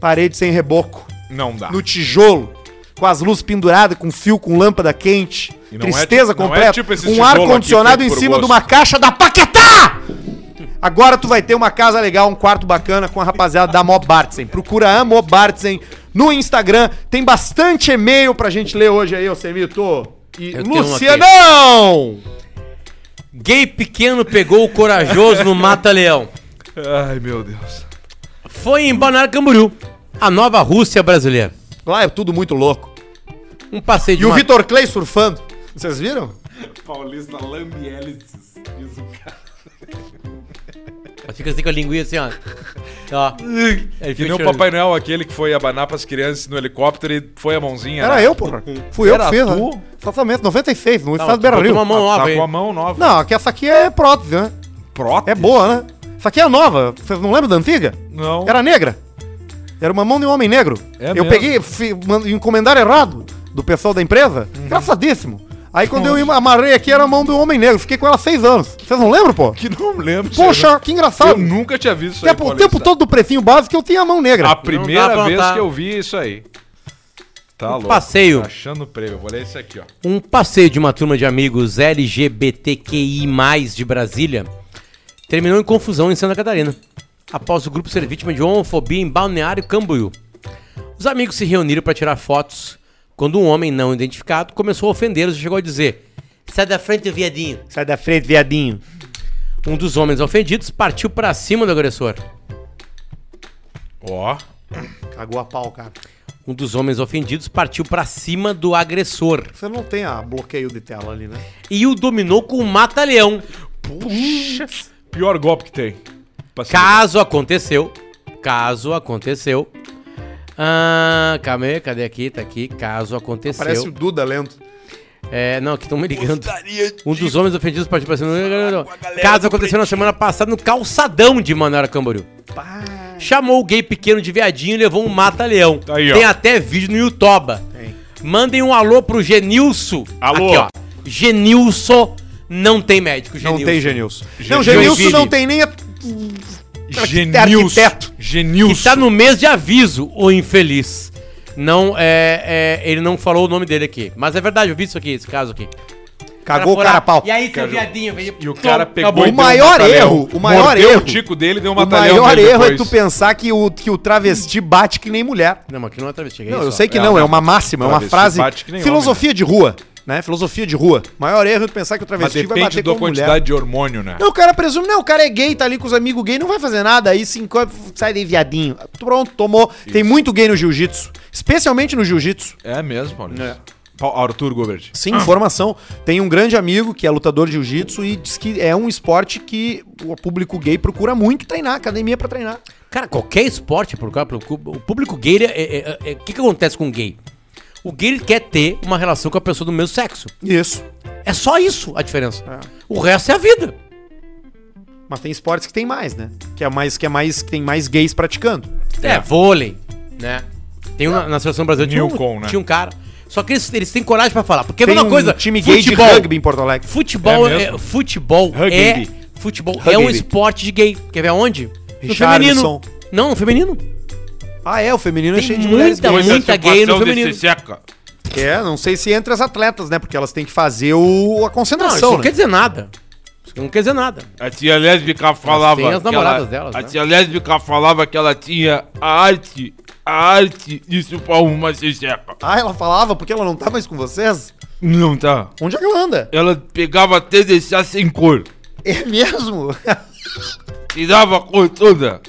A: parede sem reboco,
B: Não dá.
A: no tijolo. com as luzes penduradas, com fio, com lâmpada quente,
B: E não é
A: tristeza
B: tipo- não é
A: completa,
B: tipo esse
A: um
B: tijolo aqui
A: ar-condicionado em
B: feito por
A: cima de
B: gosto.
A: uma caixa da Paquetá! Agora tu vai ter uma casa legal, um quarto bacana com a rapaziada da Mo Bartzen. Procura a Mo Bartzen no Instagram. Tem bastante e-mail pra gente ler hoje aí, ô Semito. E
C: Eu tenho um aqui.
A: Lucianão!
C: Gay pequeno pegou o corajoso no Mata-Leão.
B: Ai, meu Deus.
C: Foi em Balneário Camboriú, a nova Rússia brasileira.
A: Lá é tudo muito louco.
C: Um passeio de
A: E o
C: uma-
A: Vitor Clay surfando. Vocês viram?
B: Paulista lambe hélices, diz o cara.
C: Fica assim com a linguinha assim, ó. ó.
B: Que
C: Ele fica
B: nem o
C: tirando-
B: Papai Noel, aquele que foi abanar pras crianças no helicóptero e foi a mãozinha. né?
A: Era
B: lá.
A: eu, porra. Fui eu
B: Era
A: que fiz, né?
B: tu?
A: Exatamente, 96, no
C: Não,
A: estado do Beira
C: botou
A: Rio.
C: uma mão
B: Ah,
C: nova
B: tá
C: aí.
B: com a mão nova.
A: Não, aqui- essa aqui é prótese, né?
B: Prótese?
A: É boa, né? Essa aqui é nova. Vocês não lembram da antiga?
B: Não.
A: Era negra. Era uma mão de um homem negro.
B: É
A: eu
B: mesmo?
A: peguei, fi- man- encomendaram errado do pessoal da empresa.
B: Uhum.
A: Engraçadíssimo. Aí quando eu ima- amarrei aqui era a mão do homem negro. Fiquei com ela seis anos. Vocês não lembram, pô?
B: Que não lembro.
A: Poxa,
B: senhor.
A: que engraçado.
B: Eu nunca tinha visto isso
A: Tá-
B: Ah.
A: Tempo- o
B: Paulista.
A: tempo todo do precinho básico eu tinha a mão negra.
B: A
C: Não dá
B: primeira
C: pra
B: vez
C: notar.
B: que eu vi isso aí.
A: Um
B: Tá louco.
C: passeio.
B: Tá Achando prêmio. Vou ler esse aqui, ó.
C: Um passeio de uma turma de amigos LGBTQI+, de Brasília, terminou em confusão em Santa Catarina, após o grupo ser vítima de homofobia em Balneário Camboriú. Os amigos se reuniram para tirar fotos, quando um homem não identificado começou a ofendê-los e chegou a dizer Sai da frente, viadinho.
A: Sai da frente, viadinho.
C: Um dos homens ofendidos partiu para cima do agressor.
B: Ó.
A: Cagou a pau, cara.
C: Um dos homens ofendidos partiu para cima do agressor
A: Você não tem a bloqueio de tela ali, né?
C: e o dominou com um mata-leão.
B: Pior golpe que tem. Passeio.
C: Caso aconteceu, caso aconteceu. Ah, calma aí, cadê aqui? Tá aqui. Caso aconteceu.
A: Parece o Duda lento.
C: É, não, aqui estão me ligando. Um dos homens ofendidos assim, partiu pra cima. Caso aconteceu na semana passada no calçadão de Manoara Camboriú. Chamou o gay pequeno de viadinho e levou um mata-leão.
B: Tá aí, ó.
C: Tem até vídeo no Youtuba.
A: Tem.
C: Mandem um alô pro Genilson.
B: Alô.
C: Aqui, ó. Genilson não tem médico.
A: Não tem Genilson. Não,
C: Genilson
A: Genilson não tem nem a...
B: Genilson.
A: Arquiteto.
B: Genilson.
C: que tá no mês de aviso, o infeliz. Não, é, é, ele não falou o nome dele aqui. Mas é verdade, eu vi isso aqui, esse caso aqui.
A: Cagou o cara a pau.
C: E aí, seu
B: Cagou.
C: viadinho, veio.
B: E o cara
C: Tom,
B: pegou
C: acabou.
B: e
A: O
B: deu um
A: maior
B: batalhão.
A: erro, o maior
B: Mordeu
A: erro.
B: o tico dele e deu um
A: O
B: batalhão
A: maior
B: nele
A: erro é tu
B: depois.
A: pensar que o, que o travesti bate que nem mulher.
C: Não, mas aqui não é travesti. é
A: Não,
C: isso,
A: eu
C: ó.
A: sei que
B: É,
A: não,
B: não.
A: é uma máxima, é uma
B: Travesti
A: frase.
B: bate que nem homem,
A: Filosofia de rua, né? Filosofia de rua. O maior erro é tu pensar que o
B: Mas
A: travesti vai
B: depende
A: bater
B: da
A: com
B: quantidade
A: mulher.
B: de hormônio, né?
A: Não, o cara presume, não, o cara é gay, tá ali com os amigos gay, não vai fazer nada, aí se encolhe, sai daí viadinho. Pronto, tomou. Tem muito gay no jiu-jitsu, especialmente no jiu-jitsu.
B: É mesmo, Paulista. Pa- Arthur Gobert.
A: Sim, informação. Tem um grande amigo que é lutador de jiu-jitsu e diz que é um esporte que o público gay procura muito treinar, academia pra treinar.
C: Cara, qualquer esporte, por causa- o público gay, ele é- é- é- é- o que, que acontece com o gay? O gay ele quer ter uma relação com a pessoa do mesmo sexo.
A: Isso.
C: É só isso a diferença.
A: É.
C: O resto é a vida.
A: Mas tem esportes que tem mais, né? Que é mais, que é mais, que tem mais gays praticando.
C: É, vôlei, né? Tem um na, na seleção brasileira tinha
B: Newcom,
C: um,
B: né?
C: tinha um cara. Só que eles, eles têm coragem pra falar. Porque é a
A: Tem um
C: mesma coisa.
A: time gay
C: futebol.
A: de rugby em Porto Alegre.
C: Futebol
B: É
C: é,
B: mesmo?
C: futebol
B: Rugby.
C: é futebol é um
A: Rugby.
C: esporte de gay. Quer ver aonde? No
A: Richarlison.
C: feminino. Não, no feminino.
A: Ah, é, o feminino é
C: Tem
A: cheio de
C: muita
A: mulheres gays.
C: Pois é, muita gay no feminino.
A: É, não sei se entre as atletas, né? Porque elas têm que fazer o, a
C: Não, isso
A: concentração,
C: não
A: né?
C: quer dizer nada. Isso não quer dizer nada.
B: A tia lésbica falava.
C: tem as
B: que
C: namoradas
B: ela-
C: delas,
B: A
C: né?
B: tia lésbica falava que ela tinha a arte, a arte de chupar uma seseca.
A: Ah, ela falava porque ela não tá mais com vocês?
B: Não tá.
A: Onde é que ela anda?
B: Ela pegava até deixar sem cor.
A: É mesmo?
B: Tirava a cor toda.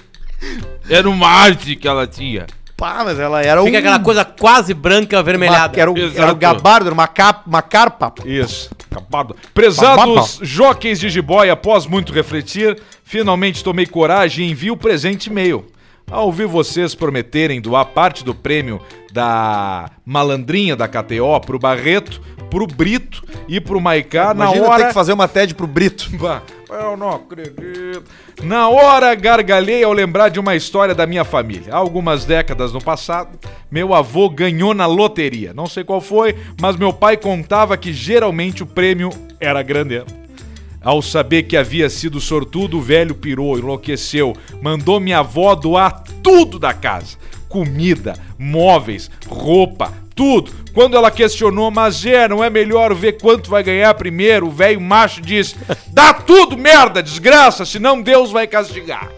B: Era uma arte que ela tinha.
A: Pá, mas ela era
C: Fica aquela coisa quase branca
A: uma,
C: avermelhada.
A: Hum. era, um o, era
B: Exato.
A: o gabardo, era uma, capa, uma carpa.
B: Isso. Acabado. Prezados jockeys de jiboia, após muito refletir, finalmente tomei coragem e envio o presente e-mail. Ao ouvir vocês prometerem doar parte do prêmio da malandrinha da KTO pro Barreto, pro Brito e pro Maicá,
A: Imagina
B: na hora...
A: ter que fazer uma TED pro Brito.
B: Bah, Eu não acredito. Na hora, gargalhei ao lembrar de uma história da minha família. Há algumas décadas no passado, meu avô ganhou na loteria. Não sei qual foi, mas meu pai contava que geralmente o prêmio era grande. Ao saber que havia sido sortudo, o velho pirou, enlouqueceu, mandou minha avó doar tudo da casa: comida, móveis, roupa, tudo. Quando ela questionou, mas é, não é melhor ver quanto vai ganhar primeiro, o velho macho disse: dá tudo, merda, desgraça, senão Deus vai castigar.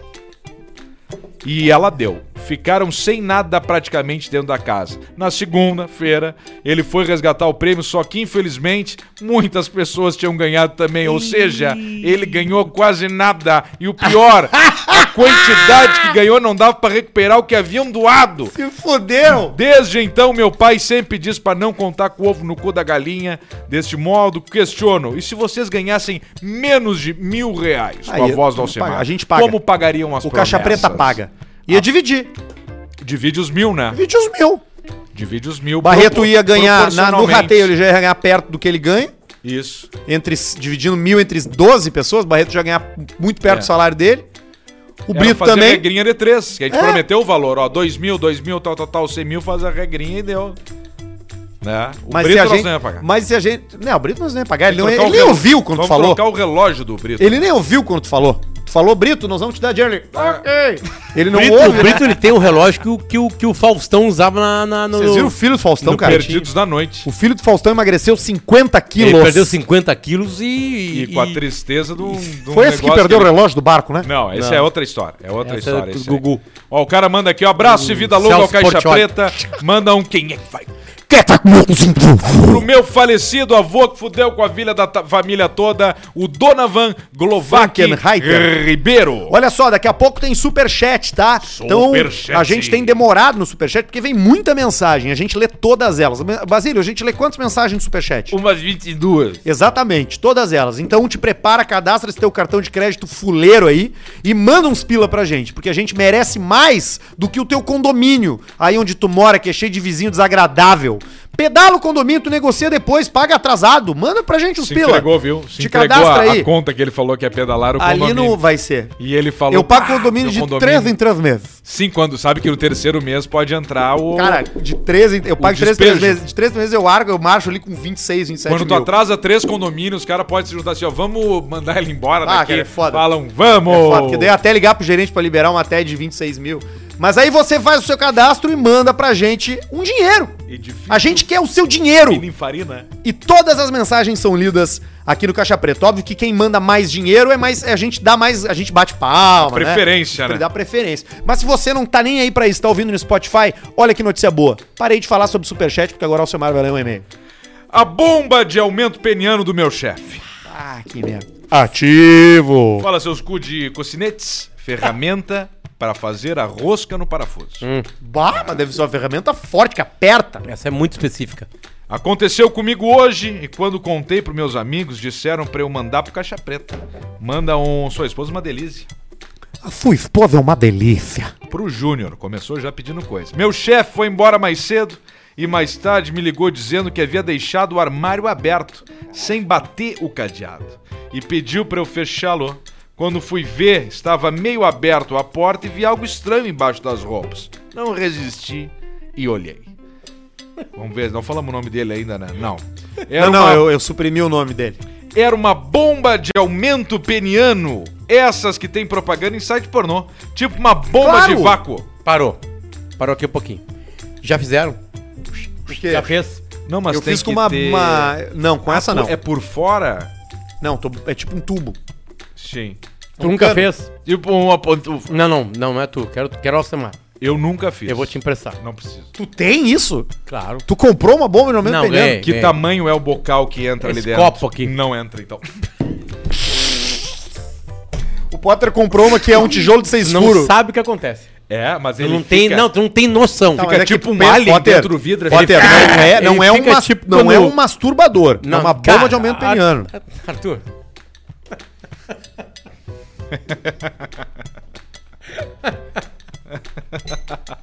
B: E ela deu. Ficaram sem nada praticamente dentro da casa. Na segunda-feira, ele foi resgatar o prêmio, só que infelizmente muitas pessoas tinham ganhado também. Ou seja, ele ganhou quase nada. E o pior, a quantidade que ganhou não dava pra recuperar o que haviam doado.
A: Se fuderam!
B: Desde então, meu pai sempre diz pra não contar com o ovo no cu da galinha. Deste modo, questiono. E se vocês ganhassem menos de mil reais com a
A: Aí,
B: voz do
A: a gente
B: Alcemar?
A: paga, a gente paga.
B: Como pagariam as
A: O caixa
B: promessas?
A: preta paga.
C: Ah.
A: Ia dividir.
B: Divide os mil, né?
A: Divide os mil.
B: Divide os mil.
A: Barreto
B: propor-
A: ia ganhar na- no
B: proporcionalmente.
A: rateio, ele já ia ganhar perto do que ele ganha.
B: Isso.
A: Entre, dividindo mil entre 12 pessoas, Barreto já ia ganhar muito perto
B: É.
A: do salário dele. O
B: Era
A: Brito
B: fazer
A: também.
B: regrinha de três, que a gente
A: É.
B: prometeu o valor, ó, dois mil, dois mil, tal, tal, tal, cem mil, faz a regrinha e deu. Né? O
A: Mas se a
B: nós
A: gente,
B: não ia pagar.
A: mas se a gente, não, o Brito nós não ia pagar, ele, não,
B: Trocar
A: ele
B: o
A: nem
B: relo-
A: ouviu quando tu
B: Vamos
A: falou.
B: trocar o relógio do Brito.
A: Ele nem ouviu quando tu falou. Tu falou, Brito, nós vamos te dar dinheiro. Ele,
B: Ah.
A: ok. Ele não
C: Brito, o
A: ouve. né?
C: Brito ele tem um relógio que o, que o, que o Faustão usava na, na- no.
A: Vocês viram o filho do Faustão,
B: no
A: cara?
B: Perdidos da Noite.
A: O filho do Faustão emagreceu 50
C: Ele
A: quilos.
C: perdeu 50 quilos e.
B: E, com a tristeza do. um do
A: Foi esse que perdeu o relógio do barco, né?
B: Não, essa é outra história. É outra
C: Essa é
B: história.
C: do
B: esse aí.
C: Gugu.
B: Ó, o cara manda aqui, ó,
A: Hum,
B: abraço e vida longa ao
C: Celso
B: Caixa
C: Portiolli.
B: Preta. Manda um quem é que vai
A: Quer tá com
B: pro meu falecido avô que fudeu com a vilha da ta- família toda, o Donovan Glovac
A: Frankenreiter.
B: Ribeiro.
A: Olha só, daqui a pouco tem superchat, tá?
B: Superchat.
A: Então, a gente tem demorado no superchat porque vem muita mensagem. A gente lê todas elas. Basílio, a gente lê quantas mensagens no superchat?
B: Umas 22.
A: Exatamente, todas elas. Então te prepara, cadastra esse teu cartão de crédito fuleiro aí e manda uns pila pra gente, porque a gente merece mais do que o teu condomínio, aí onde tu mora, que é cheio de vizinho desagradável. Pedala o condomínio, tu negocia depois, paga atrasado, manda pra gente uns
B: Se
A: pila.
B: entregou, viu? Se
A: te
B: entregou
A: cadastra
B: a, a
A: aí.
B: conta que ele falou que ia pedalar o
A: Ali
B: condomínio.
A: não vai ser.
B: E ele falou...
A: Eu pago
B: "Ah,
A: condomínio
B: meu
A: de
B: condomínio-
A: três em três meses.
B: Sim, quando sabe que no terceiro mês pode entrar o...
A: Cara, de três em... Eu pago de três em três
B: despejo.
A: meses. De três em três meses eu largo, eu marcho ali com 26, 27
B: Quando tu atrasa três condomínios, os caras podem se juntar assim, ó, vamos mandar ele embora
A: Ah, que é foda.
B: Falam, vamos!
A: É foda, porque daí até ligar pro gerente pra liberar uma TED de 26 mil. Mas aí você faz o seu cadastro e manda pra gente um dinheiro.
B: E difícil.
A: A gente quer o seu dinheiro.
B: em farina.
A: E todas as mensagens são lidas aqui no Caixa Preto. Óbvio que quem manda mais dinheiro é mais. A gente dá mais. A gente bate palma. né?
B: Preferência, né?
A: Dá preferência. Mas se você não tá nem aí pra isso, tá ouvindo no Spotify, olha que notícia boa. Parei de falar sobre Superchat, porque agora o seu vai ler um e-mail.
B: A bomba de aumento peniano do meu chefe.
A: Ah, que merda.
C: Ativo!
B: Fala seus cu de cocinetes, ferramenta para fazer a rosca no parafuso.
A: Bah, mas deve ser uma ferramenta forte que aperta. né?
C: Essa é muito específica.
B: Aconteceu comigo hoje e quando contei pros meus amigos, disseram pra eu mandar pro Caixa Preta. Manda um sua esposa uma delícia.
A: A sua esposa é uma delícia.
B: Pro Júnior, começou já pedindo coisa. Meu chefe foi embora mais cedo e mais tarde me ligou dizendo que havia deixado o armário aberto, sem bater o cadeado, e pediu pra eu fechá-lo. Quando fui ver, estava meio aberto a porta e vi algo estranho embaixo das roupas. Não resisti e olhei. Vamos ver, não falamos o nome dele ainda, né? Não. Era
A: Não, não,
B: uma-
A: eu, eu suprimi o nome dele.
B: era uma bomba de aumento peniano. Essas que tem propaganda em site pornô. Tipo uma bomba
A: Claro.
B: de vácuo.
C: Parou. Parou aqui um pouquinho. Já fizeram?
A: Porque
C: Já fez?
B: Não, mas
A: eu fiz com uma,
B: ter-
A: uma- Não, com essa não.
B: É por fora?
A: Não, tô- é tipo um tubo.
B: Sim.
C: Tu nunca
A: quero.
C: fez?
B: Tipo uma... pontu-
C: Não, não, não, não é tu. Quero, quero Alcemar.
B: Eu nunca fiz.
C: Eu vou te emprestar.
B: Não preciso.
A: Tu tem isso?
C: Claro.
A: Tu comprou uma bomba de aumento
C: Não,
A: peniano?
C: é.
B: Que tamanho é o bocal que entra ali
C: Esse
B: dentro?
C: copo aqui.
B: Não entra, então.
A: O Potter comprou uma que é um tijolo de seis
C: é. Não
A: furos.
C: sabe o que acontece.
B: É, mas
C: Tu
B: ele
C: não tem,
B: fica-
C: não, tu não tem noção.
A: Não,
C: Fica-
A: mas
B: é tipo
A: que
B: um
A: pe-
B: alien
A: Potter,
B: dentro do vidro, ele
A: Potter,
B: fica-
A: não é, não
C: ele
A: é, um
C: fica
A: mas-
C: tipo
A: não é
C: quando-
A: um masturbador. é uma bomba
C: cara,
A: de aumento
C: Ar-
A: peniano.
C: Arthur.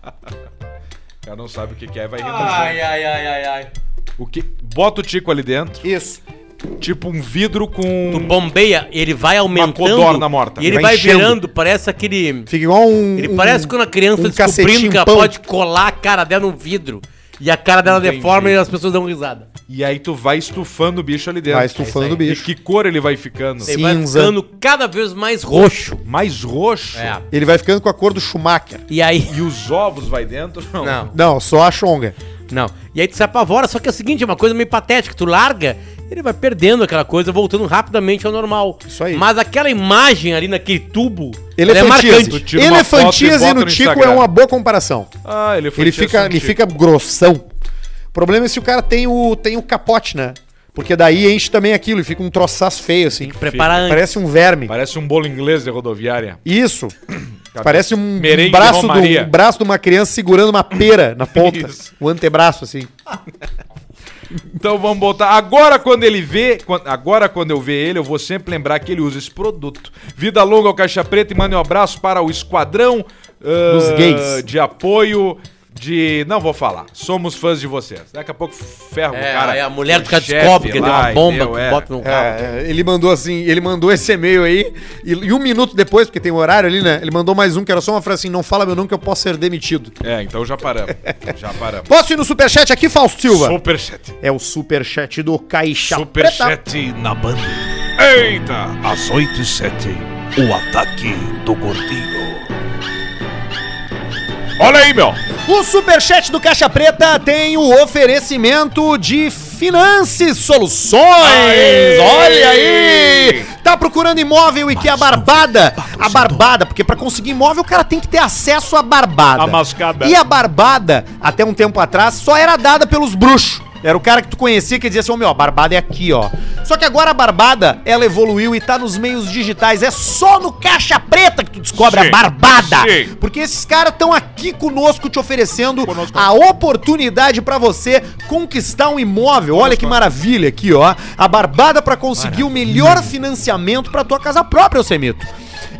B: O cara não sabe o que que é, vai rindo.
C: Ai, ai, ai, ai, ai.
B: O que... Bota o tico ali dentro,
A: Isso.
B: tipo um vidro com...
C: Tu bombeia, ele vai aumentando.
B: codorna morta.
C: E ele
A: Vai
C: vai,
A: enchendo.
C: virando, parece aquele.
A: Fica igual um.
C: Ele
A: um-
C: parece quando a criança
A: um
C: descobrindo que ela
A: cacetinho
C: pode colar a cara dela no vidro. E a cara dela
B: Entendi.
C: deforma e as pessoas dão risada.
B: E aí tu vai estufando o bicho ali dentro.
A: Vai estufando
C: É isso
A: o
C: aí.
A: bicho.
B: E que cor ele vai ficando?
C: Ele vai
A: Cinza.
C: ficando cada vez mais roxo.
B: Mais roxo?
C: É.
A: Ele vai ficando com a cor do Schumacher.
C: E aí.
B: E os ovos vai dentro?
C: Não.
A: Não, só a Xonga.
C: Não. E aí tu se apavora, só que é o seguinte, é uma coisa meio patética, tu larga, ele vai perdendo aquela coisa, voltando rapidamente ao normal.
A: Isso aí.
C: Mas aquela imagem ali naquele tubo,
A: é
C: ela é
A: Elefantíase.
B: Tu tira uma foto
A: Elefantíase
B: e bota
A: é no
B: no
A: Tico é
B: Instagram.
A: uma boa comparação.
B: Ah, ele foi
A: Ele fica, ele fica grossão. O problema é se o cara tem o, tem o capote, né? Porque daí enche também aquilo e fica um troçaço feio, assim.
C: Prepara antes.
A: Parece um verme.
B: Parece um bolo inglês de rodoviária.
A: Isso. Parece um,
B: Merengue
A: um braço
B: de
A: do,
B: Romaria.
A: um braço de uma criança segurando uma pera na ponta.
B: Isso.
A: o antebraço, assim.
B: Então vamos botar. Agora quando ele vê, quan- agora quando eu ver ele, eu vou sempre lembrar que ele usa esse produto. Vida longa ao Caixa Preta e manda um abraço para o esquadrão ah,
A: Dos gays.
B: de apoio de, não vou falar. Somos fãs de vocês. Daqui a pouco ferro,
C: É,
B: um cara.
C: aí a mulher do
B: O
C: cara
B: chefe
C: descobre que deu
B: lá,
C: uma bomba,
B: entendeu? É.
C: bota no carro.
A: É, ele mandou assim, ele mandou esse e-mail aí, e, e um minuto depois, porque tem um horário ali, né? Ele mandou mais um, que era só uma frase assim, não fala meu nome que eu posso ser demitido.
B: É, então já paramos. Já paramos.
A: Posso ir no superchat aqui, Fausto Silva?
B: Superchat.
A: É o superchat do Caixa Preta.
B: Superchat na banda. Eita! Às 8 e 7, o ataque do gordinho. Olha aí, meu!
A: O superchat do Caixa Preta tem o oferecimento de Finance Soluções.
B: Aê!
A: Olha aí! Tá procurando imóvel e que a barbada, a barbada, porque pra conseguir imóvel o cara tem que ter acesso à barbada.
B: A mascada.
A: E a barbada, até um tempo atrás, só era dada pelos bruxos. Era o cara que tu conhecia que dizia assim, ô meu, a barbada é aqui, ó. Só que agora a barbada, ela evoluiu e tá nos meios digitais. É só no Caixa Preta que tu descobre
B: Sim.
A: a barbada.
B: Sim.
A: Porque esses caras estão aqui conosco te oferecendo
B: Conosco.
A: a oportunidade pra você conquistar um imóvel. Olha que maravilha aqui, ó. A barbada pra conseguir o melhor financiamento pra tua casa própria, Semito.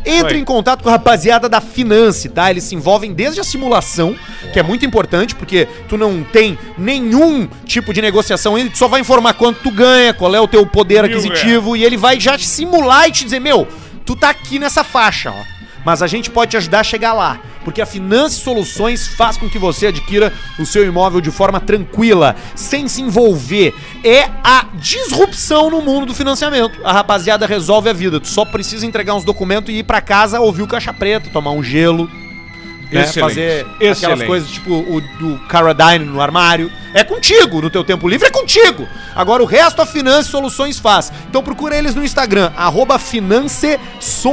A: Entre
B: Oi.
A: em contato com a rapaziada da Finance, tá? Eles se envolvem desde a simulação, que é muito importante, porque tu não tem nenhum tipo de negociação ainda, tu só vai informar quanto tu ganha, qual é o teu poder
B: Mil
A: aquisitivo, e ele vai já te simular e te dizer, meu, tu tá aqui nessa faixa, ó. Mas a gente pode te ajudar a chegar lá, porque a Finance Soluções faz com que você adquira o seu imóvel de forma tranquila, sem se envolver. É a disrupção no mundo do financiamento. A rapaziada resolve a vida. Tu só precisa entregar uns documentos e ir pra casa, ouvir o caixa preta, tomar um gelo, né?
B: Excelente,
A: fazer aquelas
B: excelente.
A: coisas tipo o do Caradine no armário. É contigo, no teu tempo livre é contigo. Agora o resto a Finance Soluções faz. Então procura eles no Instagram, arroba Finance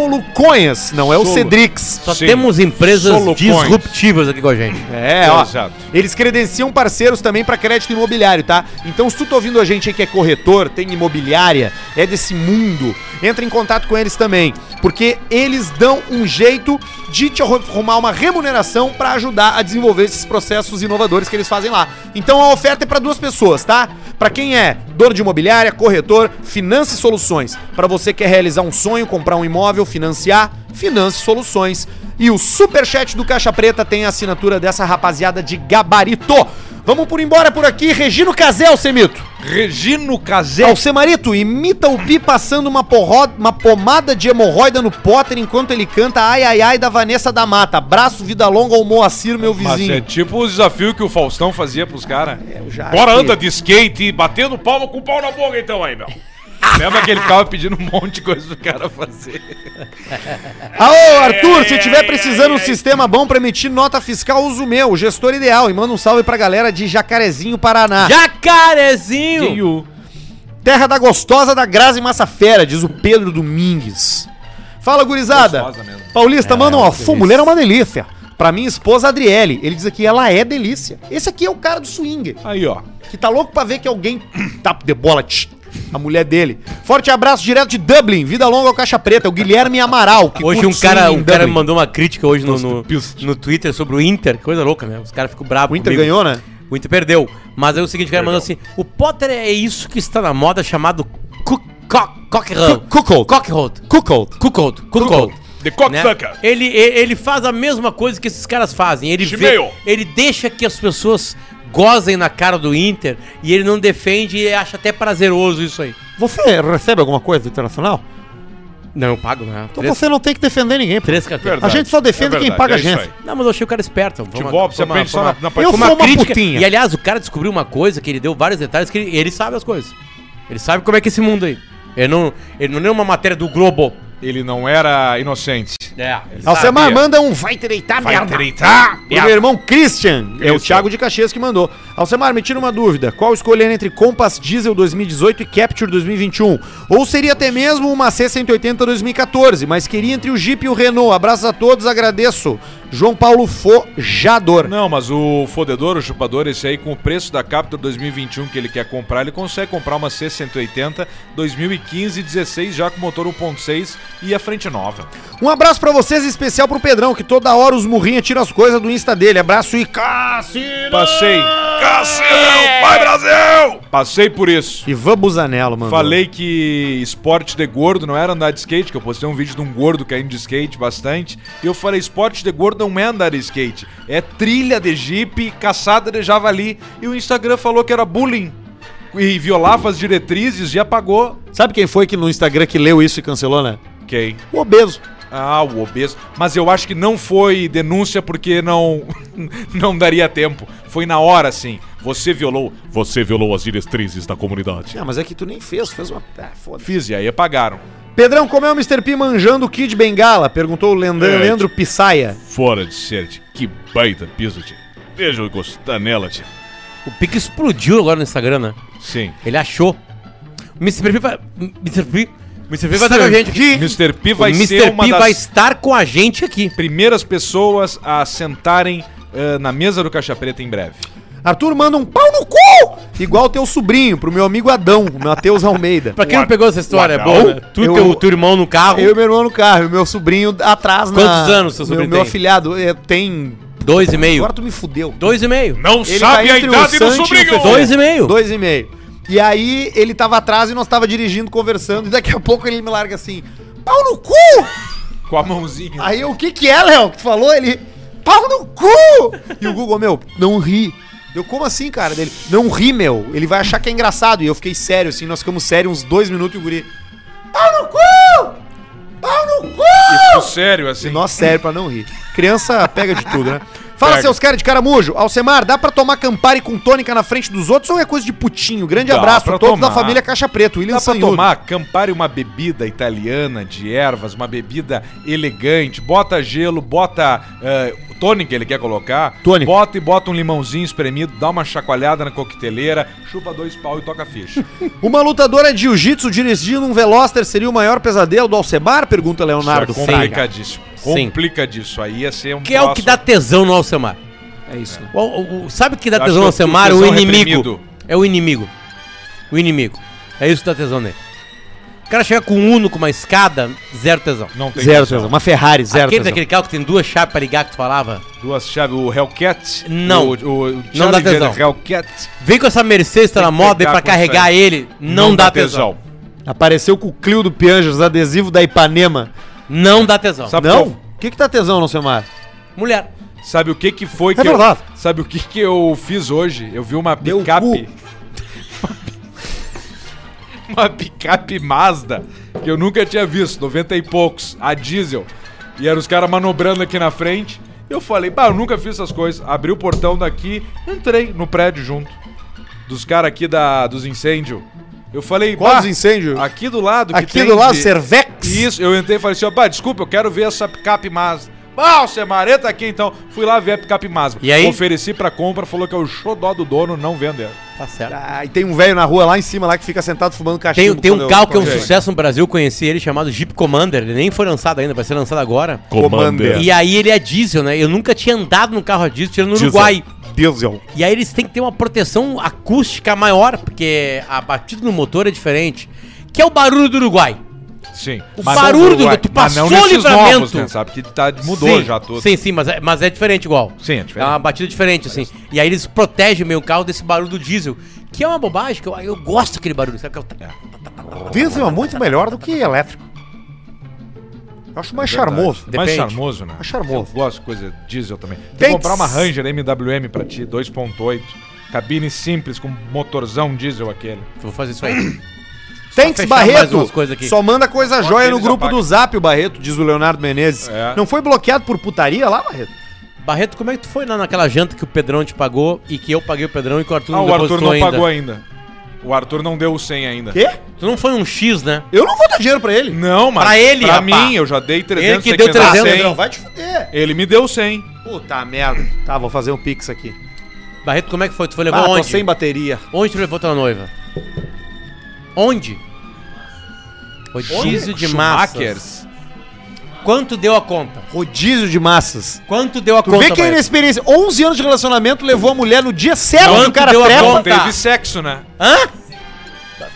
A: Soluconhas, não é o
B: Solo.
A: Cedrix.
C: Só
B: Sim.
C: temos empresas
B: Solocões.
C: disruptivas aqui com a gente.
A: É, ó.
B: Exato.
A: Eles credenciam parceiros também pra crédito imobiliário, tá? Então, se tu tá ouvindo a gente aí que é corretor, tem imobiliária, é desse mundo, entra em contato com eles também, porque eles dão um jeito de te arru- arrumar uma remuneração pra ajudar a desenvolver esses processos inovadores que eles fazem lá. Então, a oferta é pra duas pessoas, tá? Pra quem é dono de imobiliária, corretor, Finance Soluções. Pra você que quer realizar um sonho, comprar um imóvel, financiar, Finance Soluções. E o superchat do Caixa Preta tem a assinatura dessa rapaziada de gabarito. Vamos por embora por aqui. Regino Casel, Semito.
B: Regino Casé.
A: Alcemarito, imita o Pi passando uma, porro- uma pomada de hemorroida no Potter enquanto ele canta Ai Ai Ai da Vanessa da Mata. Abraço, vida longa ao Moacir, meu
B: Mas é
A: vizinho.
B: tipo o desafio que o Faustão fazia pros caras.
A: É, eu já
B: Bora
A: achei.
B: anda de skate, batendo palma com o pau na boca então aí, meu. Lembra que ele ficava pedindo um monte de coisa pro cara fazer.
C: É.
A: Aô, Arthur, se tiver precisando um sistema bom pra emitir nota fiscal, usa o meu, o gestor ideal. E manda um salve pra galera de Jacarezinho, Paraná.
C: Jacarezinho!
A: Terra da gostosa da Grazi Massa Fera, diz o Pedro Domingues. Fala, gurizada.
B: Gostosa mesmo.
A: Paulista, mano, ó,
C: delícia.
A: fu, mulher é uma delícia. Pra minha esposa, Adriele, ele diz aqui, ela é delícia. Esse aqui é o cara do swing,
B: Aí, ó.
A: que tá louco pra ver que alguém tapa de bola, tch, a mulher dele. Forte abraço direto de Dublin, vida longa ao Caixa Preta, o Guilherme Amaral. que
C: Hoje um
A: curte
C: cara,
A: swing em
C: um cara me
A: Dublin.
C: mandou uma crítica hoje no, no,
B: Pist.
C: no Twitter sobre o Inter, que coisa louca, né? Os caras ficam bravos.
A: O Inter
C: comigo.
A: ganhou, né?
C: O Inter perdeu. Mas aí o seguinte, o cara mandou assim: o Potter é isso que está na moda chamado cu- co- cockhold.
A: Cuckold.
C: Cockhold.
A: Cuckold.
C: Cuckold. Cuckold.
B: The
C: Né?
B: cocksucker.
C: Ele, e- ele faz a mesma coisa que esses caras fazem. Ele, vê,
B: Chimeo.
C: ele deixa que as pessoas gozem na cara do Inter e ele não defende e acha até prazeroso isso aí.
A: Você recebe alguma coisa do Internacional?
C: Não, eu pago, né?
A: Então
C: Três,
A: você não tem que defender ninguém, pô.
C: três carteiras.
B: Verdade.
A: A gente só defende
B: É
A: quem
B: verdade,
A: paga
B: é
A: a gente.
B: isso aí.
C: Não, mas eu achei o cara esperto. Foi uma-
B: Futebol, você
C: foi uma-
B: aprende
C: foi
B: só na,
C: uma-
B: na
A: Eu
C: Foi
B: partida.
C: uma
A: sou uma
C: crítica.
A: putinha.
C: E aliás, o cara descobriu uma coisa que ele deu vários detalhes que ele, ele sabe as coisas. Ele é sabe como é que é esse mundo aí. Ele não, ele não leu uma matéria do Globo.
B: Ele não era inocente. Exatamente.
C: É.
A: Alcemar,
B: Sabia.
A: manda um vai treitar,
B: Vai
A: merda. É
B: treitar.
A: O meu irmão Christian, é o
B: Christian.
A: Thiago de Caxias que mandou. Alcemar, me tira uma dúvida. Qual escolher entre Compass Diesel 2018 e Capture 2021? Ou seria até mesmo uma C180 2014, mas queria entre o Jeep e o Renault. Abraços a todos, agradeço. João Paulo Fojador.
B: é- Não, mas o fodedor, o chupador, esse aí, com o preço da Captur 2021 que ele quer comprar, ele consegue comprar uma C180 2015 16 já com motor 1.6 e a frente nova.
A: Um abraço pra vocês, em especial pro Pedrão, que toda hora os murrinha tira as coisas do Insta dele. Abraço e Cassino!
B: Passei. Cassião! Vai, Brasil! Passei por isso.
A: Ivan Busanello, mano.
B: Falei que esporte de gordo não era andar de skate, que eu postei um vídeo de um gordo caindo de skate bastante. E eu falei, esporte de gordo não é andar de skate, é trilha de jipe, caçada de javali. E o Instagram falou que era bullying. E violava as diretrizes e apagou.
A: Sabe quem foi que no Instagram que leu isso e cancelou, né?
B: Quem?
A: O obeso.
B: Ah, o obeso. Mas eu acho que não foi denúncia porque não não daria tempo. Foi na hora, sim. Você violou. Você violou as diretrizes da comunidade.
A: Ah, mas é que tu nem fez, fez uma. Ah, foda
B: Fiz e aí apagaram.
A: Pedrão, como é o Mr. P manjando o Kid Bengala? Perguntou o Lendan-
B: É.
A: Leandro Pissaia.
B: Fora de série, tia. que baita piso, tia. Veja eu gostar nela, tia.
C: O Pique explodiu agora no Instagram, né?
B: Sim.
C: Ele achou. O Mr. P vai. Mr. P. Mr. P vai estar Tá com a gente aqui.
B: Mr. P
C: O
B: vai
C: Mr.
B: ser uma
C: P
B: das
C: vai estar com a gente aqui.
B: primeiras pessoas a sentarem eh, na mesa do Caixa Preta em breve.
A: Arthur manda um pau no cu! Igual teu sobrinho, pro meu amigo Adão, o Matheus Almeida.
C: Pra quem não
B: Ad-
C: pegou essa história,
B: o
C: é boa.
A: Adão?
C: Né? Tu e
A: Eu-
C: teu, teu irmão no carro.
A: Eu e meu irmão no carro, e meu sobrinho atrás na.
C: Quantos anos seu
A: meu,
C: sobrinho
A: Meu
C: tem?
A: afilhado é, tem.
C: Dois e meio.
A: Agora tu me fudeu.
C: Dois e meio.
B: Não
A: Ele sabe tá a entre o idade do Sancho e o sobrinho! Fefo.
C: Dois e meio.
A: Dois e meio. E aí ele tava atrás e nós tava dirigindo, conversando, e daqui a pouco ele me larga assim: pau no cu!
B: Com a mãozinha.
A: Aí eu, o que que é, Léo? Que tu falou? Ele, pau no cu! E o Google, meu, não ri. Eu, como assim, cara? Dele, não ri, meu. Ele vai achar que é engraçado. E eu fiquei sério, assim, nós ficamos sérios uns dois minutos e o guri, pau no cu! Pau no cu!
B: Isso, sério, assim.
A: E nós sério pra não rir. Criança pega de tudo, né? Fala,
B: Pega.
A: seus caras de caramujo. Alcemar, dá pra tomar Campari com tônica na frente dos outros ou é coisa de putinho? Grande
B: Dá
A: abraço
B: pra
A: a todos
B: tomar.
A: da família Caixa Preto. William
B: Dá pra
A: Sanhudo.
B: tomar, Campari uma bebida italiana de ervas, uma bebida elegante, bota gelo, bota uh, tônica ele quer colocar,
A: Tônica.
B: bota e bota um limãozinho espremido, dá uma chacoalhada na coqueteleira, chupa dois pau e toca ficha.
A: Uma lutadora de jiu-jitsu dirigindo um Veloster seria o maior pesadelo do Alcemar? Pergunta Leonardo
B: Isso é
A: Fraga.
B: complicadíssimo.
C: Sim.
B: Complicadíssimo. Aí ia ser um
C: Que é o que dá tesão no Alcemar.
A: É isso, né?
C: O- o- o- sabe o que dá
B: Acho que
C: tesão no
B: o
C: Alcemar? O
B: tesão
C: inimigo.
B: reprimido.
C: É o inimigo. O inimigo. É isso que dá tesão nele. O cara chega com um Uno, com uma escada, zero tesão.
B: Não tem
A: Zero
B: condição.
A: tesão. Uma Ferrari, zero
C: Aquele
A: tesão.
C: daquele carro que tem duas chaves pra ligar que tu falava.
B: Duas chaves, o Hellcat.
C: Não.
B: O, o, o
C: Não dá
B: Challenger
C: tesão.
B: Hellcat.
C: Vem com essa Mercedes, tá
B: Tem
C: na
B: que
C: moda, e
B: pegar
C: pra
B: quando
C: carregar
B: sai.
C: ele, não, dá, tesão.
A: Apareceu com o Clio do Pianjas, adesivo da Ipanema.
C: Não dá tesão.
B: Sabe
A: não?
B: qual-
A: O que que tá tesão, não, Semar?
C: Mulher.
B: Sabe o que que
A: É
B: foi que eu-
A: verdade.
B: Sabe o que que eu fiz hoje? Eu vi uma
A: Deu
B: picape...
A: cu.
B: uma picape Mazda que eu nunca tinha visto, 90 e poucos, a diesel. E eram os caras manobrando aqui na frente. Eu falei, bah, eu nunca fiz essas coisas. Abri o portão daqui, entrei no prédio junto. Dos caras aqui da, dos incêndios. Eu falei,
A: Qual
B: bah,
A: dos incêndios?
B: Aqui do lado
A: Aqui do lado,
B: de-
A: Cervex.
B: Isso, eu entrei e falei assim, ó, pá, desculpa, eu quero ver essa picape Mazda. Ah, o Semaré tá aqui então. Fui lá ver a picape Mazda.
C: E aí?
B: Ofereci pra compra, falou que é o xodó do dono, não vender.
C: Tá certo.
A: Ah, e tem um velho na rua lá em cima lá que fica sentado fumando
C: Tem,
A: cachimbo.
C: tem um
A: quando eu-
C: carro que é um
A: quando eu-
C: sucesso no Brasil, eu conheci ele, chamado Jeep Commander. Ele nem foi lançado ainda, vai ser lançado agora.
A: Commander.
C: E aí ele é diesel, né? Eu nunca tinha andado num carro a diesel, tirando no
A: Diesel.
C: Uruguai.
A: Diesel.
C: E aí eles têm que ter uma proteção acústica maior, porque a batida no motor é diferente. Que é o barulho do Uruguai.
B: Sim.
C: O barulho do-
B: Uruguai-
C: tu
B: mas não
C: passou o
B: nesses
C: livramento.
B: novos, né? Sabe que tá, mudou
C: Sim,
B: já tudo.
C: Sim, sim, mas é, mas é diferente igual.
B: Sim, é diferente.
C: É uma batida diferente, assim. E aí eles protegem meio o carro desse barulho do diesel, que é uma bobagem, que eu, eu gosto daquele barulho, sabe? Que é o-
A: Diesel é muito melhor do que elétrico. Eu acho mais
B: Verdade.
A: charmoso.
B: Mais
C: Depende.
B: charmoso, né?
A: Mais charmoso.
B: Eu gosto de coisa diesel também. Tem que
A: Tem
B: comprar
A: que
B: uma
A: s-
B: Ranger MWM pra ti, 2.8. Cabine simples com motorzão diesel aquele.
C: Vou fazer isso aí.
A: Thanks,
C: fechar mais
A: Barreto.
C: umas coisas aqui.
A: Só manda coisa
B: Só
A: jóia
B: aqueles
A: no grupo
B: apaga.
A: do Zap, o Barreto, diz o Leonardo Menezes.
B: É.
A: Não foi bloqueado por putaria lá, Barreto?
C: Barreto, como é que tu foi na, naquela janta que o Pedrão te pagou e que eu paguei o Pedrão e que o Arthur
B: Ah, o Arthur
C: depositou
B: não pagou ainda. O Arthur não deu o 100 ainda.
A: Quê?
C: Tu não foi um X, né?
A: Eu não vou dar dinheiro pra ele. Ah,
B: Não, mas
C: Pra ele,
B: pra
C: rapá.
B: mim, eu já dei 300.
C: Ele que
B: você
C: deu Então
B: quer dar
C: 300,
B: 100?
C: Pedrão.
A: vai te fuder.
B: Ele me deu 100.
A: Puta merda. Tá, vou fazer um pix aqui.
C: Barreto, como é que foi? Tu foi
A: Ah,
C: levar
A: tô
C: onde?
A: sem bateria.
C: Onde tu levou tua noiva? Onde? Rodízio de massas.
B: Schumacher.
C: Quanto deu a conta?
A: Rodízio de massas.
C: Quanto deu a
A: Tu
C: conta?
A: vê que é
C: Barreto?
A: inexperiência. 11 anos de relacionamento levou a mulher no dia certo
C: Quanto
A: do cara
C: deu
B: Não
C: a
A: trepa.
C: conta? Tá.
B: teve sexo, né?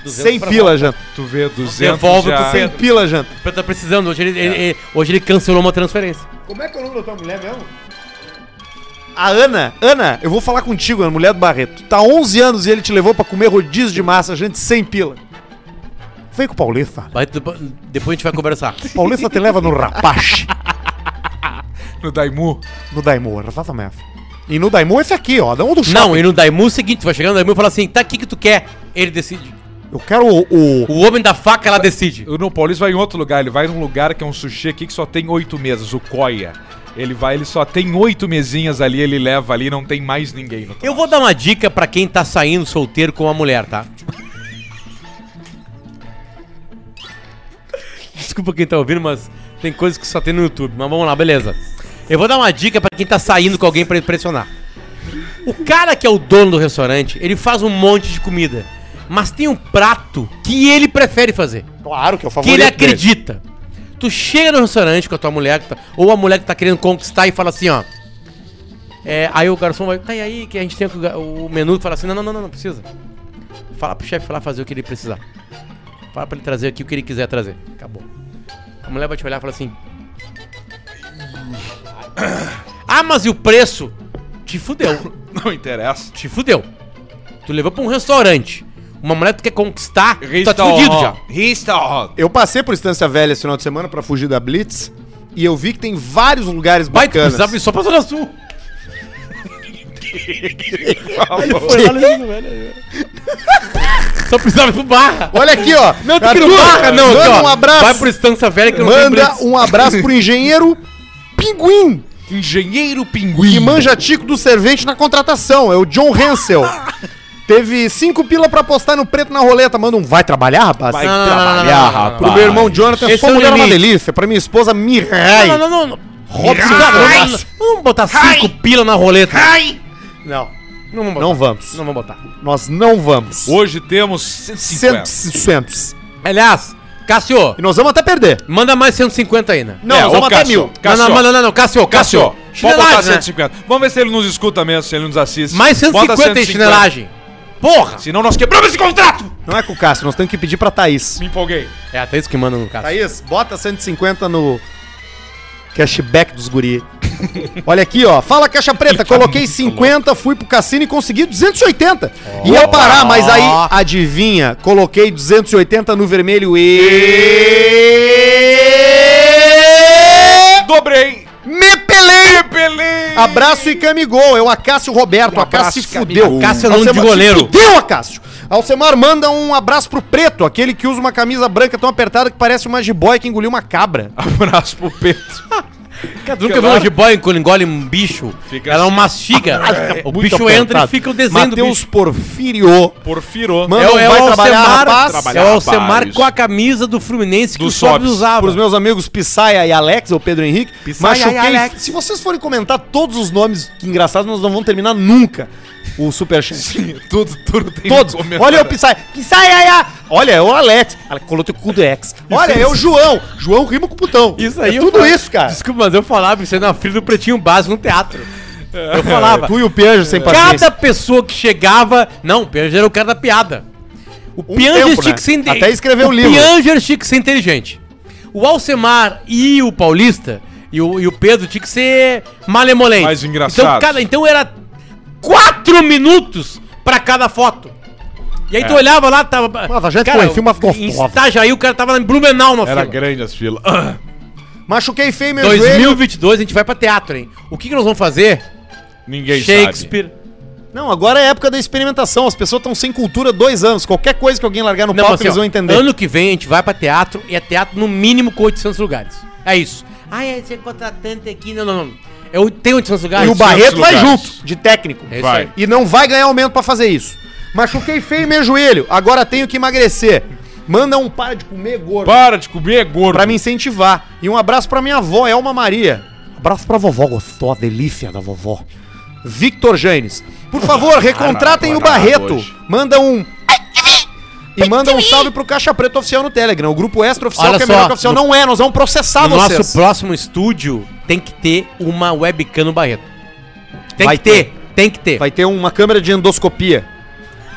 A: Sem pila, Janta.
B: Tu vê 200
C: Devolve
B: já.
C: pro
A: Sem pila, Janta.
C: Eu tô tá precisando, hoje ele, ele- ele- hoje ele cancelou uma transferência.
A: Como é que é o nome da tua mulher mesmo? A Ana, Ana, eu vou falar contigo, Ana, mulher do Barreto. Tá 11 anos e ele te levou pra comer rodízio de massa, gente, sem pila. Vem com o Paulista.
C: Barreto, depo- depois a gente vai conversar.
A: Paulista te leva no rapache,
B: No Daimu.
A: no Daimô, exatamente. E no Daimô esse aqui, ó, não do shopping.
C: Não, e no Daimu é o seguinte, tu vai chegando no Daimu e fala assim, tá aqui que tu quer. Ele decide.
A: Eu quero o... o-
C: O homem da faca, ela decide.
B: O não, o Paulista vai em outro lugar. Ele vai num lugar que é um sushi aqui que só tem oito mesas, o Koya. Ele vai, ele só tem oito mesinhas ali, ele leva ali, não tem mais ninguém. No...
C: Eu vou dar uma dica pra quem tá saindo solteiro com uma mulher, tá? Desculpa quem tá ouvindo, mas tem coisas que só tem no YouTube. Mas vamos lá, beleza. Eu vou dar uma dica pra quem tá saindo com alguém pra impressionar. O cara que é o dono do restaurante, ele faz um monte de comida. Mas tem um prato que ele prefere fazer.
A: Claro que é o
C: que
A: favorito
C: ele
A: dele.
C: acredita. Tu chega no restaurante com a tua mulher, que tá- ou a mulher que tá querendo conquistar e fala assim, ó. É, aí o garçom vai, tá e aí, que a gente tem o ga- o menu, fala assim, não, não, não, não, não precisa. Fala pro chefe lá fazer o que ele precisar. Fala pra ele trazer aqui o que ele quiser trazer. Acabou. A mulher vai te olhar e fala assim. Ah, mas e o preço? Te fudeu.
B: Não interessa.
C: Te fudeu. Tu levou pra um restaurante. Uma mulher que tu quer conquistar, tu tá te
B: Restaurant.
C: fudido já.
B: Restaurant.
A: Eu passei por Estância Velha esse final de semana pra fugir da Blitz e eu vi que tem vários lugares
C: Vai, tu
A: bacanas.
C: precisava ir só pra Zona Sul. Só precisava ir pro Barra.
A: Olha aqui, ó.
C: Não, tu queria o
A: Arthur,
C: Barra, não.
A: Manda
C: aqui, ó.
A: um abraço.
C: Vai pro Estância Velha que eu
A: Manda
C: preço.
A: um abraço pro engenheiro Pinguim,
B: Engenheiro Pinguim.
A: que manja tico do servente na contratação. É o John Hansel. Teve cinco pila pra postar no preto na roleta. Manda um vai trabalhar, rapaz.
C: Vai trabalhar, rapaz.
A: Pro meu irmão Jonathan,
C: Esse
A: sua
C: é o
A: mulher é uma
C: limite.
A: delícia. Pra minha esposa, Mirai.
C: Não, não, não, não. Robson,
A: Ai.
C: cara, não, vamos botar cinco pila na roleta.
A: Não,
C: Não vamos
A: não vamos.
C: Não vamos botar.
A: Nós não vamos.
B: Hoje temos
A: 100%.
B: 150.
A: 100%.
C: Aliás, Cássio,
A: E nós vamos até perder.
C: manda mais 150 aí, né?
A: Não,
B: É,
A: nós
B: ô,
A: vamos até
B: Cássio.
A: mil.
B: Cássio.
C: Não, não, não, não, não, Cássio,
B: Cássio,
C: Cássio.
B: pode botar
C: Chinelagem, né?
B: 150. Vamos ver se ele nos escuta mesmo, se ele nos assiste.
C: Mais
B: Bota
C: 150 em
B: 150.
C: chinelagem. Porra!
B: Senão nós quebramos esse contrato!
A: Não é com o Cássio, nós temos que pedir pra Thaís.
B: Me empolguei.
C: É até isso que manda no Cássio.
A: Thaís, bota 150 no cashback dos guri. Olha aqui, ó. Fala caixa preta. Coloquei 50, fui pro cassino e consegui 280. Ia parar, mas aí, adivinha? Coloquei 280 no vermelho e...
B: Dobrei!
A: Me pelei!
B: Pelei!
A: Abraço e camigol. Eu, Acácio
C: Um
A: Roberto. Acácio se fudeu.
C: Acácio é nome de
A: Alcemar-
C: goleiro.
A: Se fudeu, Acácio. Alcemar manda um abraço pro Preto, aquele que usa uma camisa branca tão apertada que parece uma jiboia que engoliu uma cabra.
B: Abraço pro Pedro.
A: é
C: Tu nunca viu uma jiboia quando engole um bicho?
B: Fica
C: ela
B: assim.
C: mastiga. o
A: É, Muito
C: bicho entra e
A: apertado. um
C: fica o desenho do
A: Mateus
C: bicho.
A: Porfirio.
B: Porfiro.
A: Mano, Não É vai trabalhar, rapaz.
C: é
B: Trabalhar,
C: o
B: rapaz.
C: Alcemar com a camisa do Fluminense que
B: Do
C: o Sobs
B: Sobs.
A: Para
C: usava.
A: os meus amigos Pissaia e Alex, ou Pedro Henrique,
C: Pissaia
A: machuquei.
C: Ah, e Alex.
A: Se vocês forem comentar todos os nomes que engraçados, nós não vamos terminar nunca o Superchat.
B: É assim, Tudo, tudo tem
A: Todos.
B: um comentário.
A: Olha o Pissaia. Pissaia! ia. Olha, é o Alex. Ela colou teu cu do ex. Olha, é o João. João rima com o putão. É
C: eu
A: tudo
C: falava-
A: isso, cara.
C: Desculpa, mas eu falava isso aí na filha é do Pretinho Básico no teatro. Eu falava. É.
A: Tu e o Pianjo sem paciência.
C: Cada pessoa que chegava. Não, o Pianger era o cara da piada. O
A: Um
C: Pianger
A: tempo,
C: tinha
A: né?
C: que ser inte-
A: Até escrever um livro.
C: O Pianger tinha que ser inteligente. O Alcemar e o Paulista e o, e o Pedro tinha que ser malemolente.
B: Mais engraçado.
C: Então, cada, então era quatro minutos pra cada foto. E aí
B: É.
C: tu olhava lá, tava.
A: Mas a gente conhecia uma
C: Em
A: gostosa.
C: Itajaí o cara tava em Blumenau na
B: Era
C: fila.
B: grande as filas.
A: Machuquei feio meu joelho.
C: 2022 a gente vai pra teatro, hein? O que, que nós vamos fazer?
B: Ninguém sabe.
C: Shakespeare.
A: Não, agora é a época da experimentação. As pessoas estão sem cultura há dois anos. Qualquer coisa que alguém largar no
C: Não,
A: palco,
C: mas, assim,
A: eles vão
C: ó,
A: entender.
C: Ano que vem a gente vai pra teatro e é teatro no mínimo com 800 lugares. É isso. Ah, é, você é contratante aqui. Não, não, É não. Eu tenho 800 lugares.
A: E o
B: Barreto
A: Barreto vai
B: lugares.
A: junto, de técnico.
C: É isso
B: Vai.
C: aí.
A: E não vai ganhar aumento pra fazer isso. Machuquei feio meu joelho, agora tenho que emagrecer. Manda um para de comer gordo
B: Para de comer, gordo.
A: pra me incentivar. E um abraço pra minha avó, Elma Maria. Abraço pra vovó, gostou, a delícia da vovó. Victor Janes. Por
C: Ah,
A: favor, recontratem o
B: Guaraná
A: Barreto.
B: hoje.
A: Manda um. E manda um salve pro Caixa Preto Oficial no Telegram. O grupo extra oficial,
C: Olha
A: que é
C: só,
A: melhor que oficial,
C: no-
A: não é. Nós vamos processar
C: no
A: vocês.
C: nosso próximo estúdio tem que ter uma webcam no Barreto. Tem
A: Vai
C: que ter, tem que ter.
A: Vai ter uma câmera de endoscopia.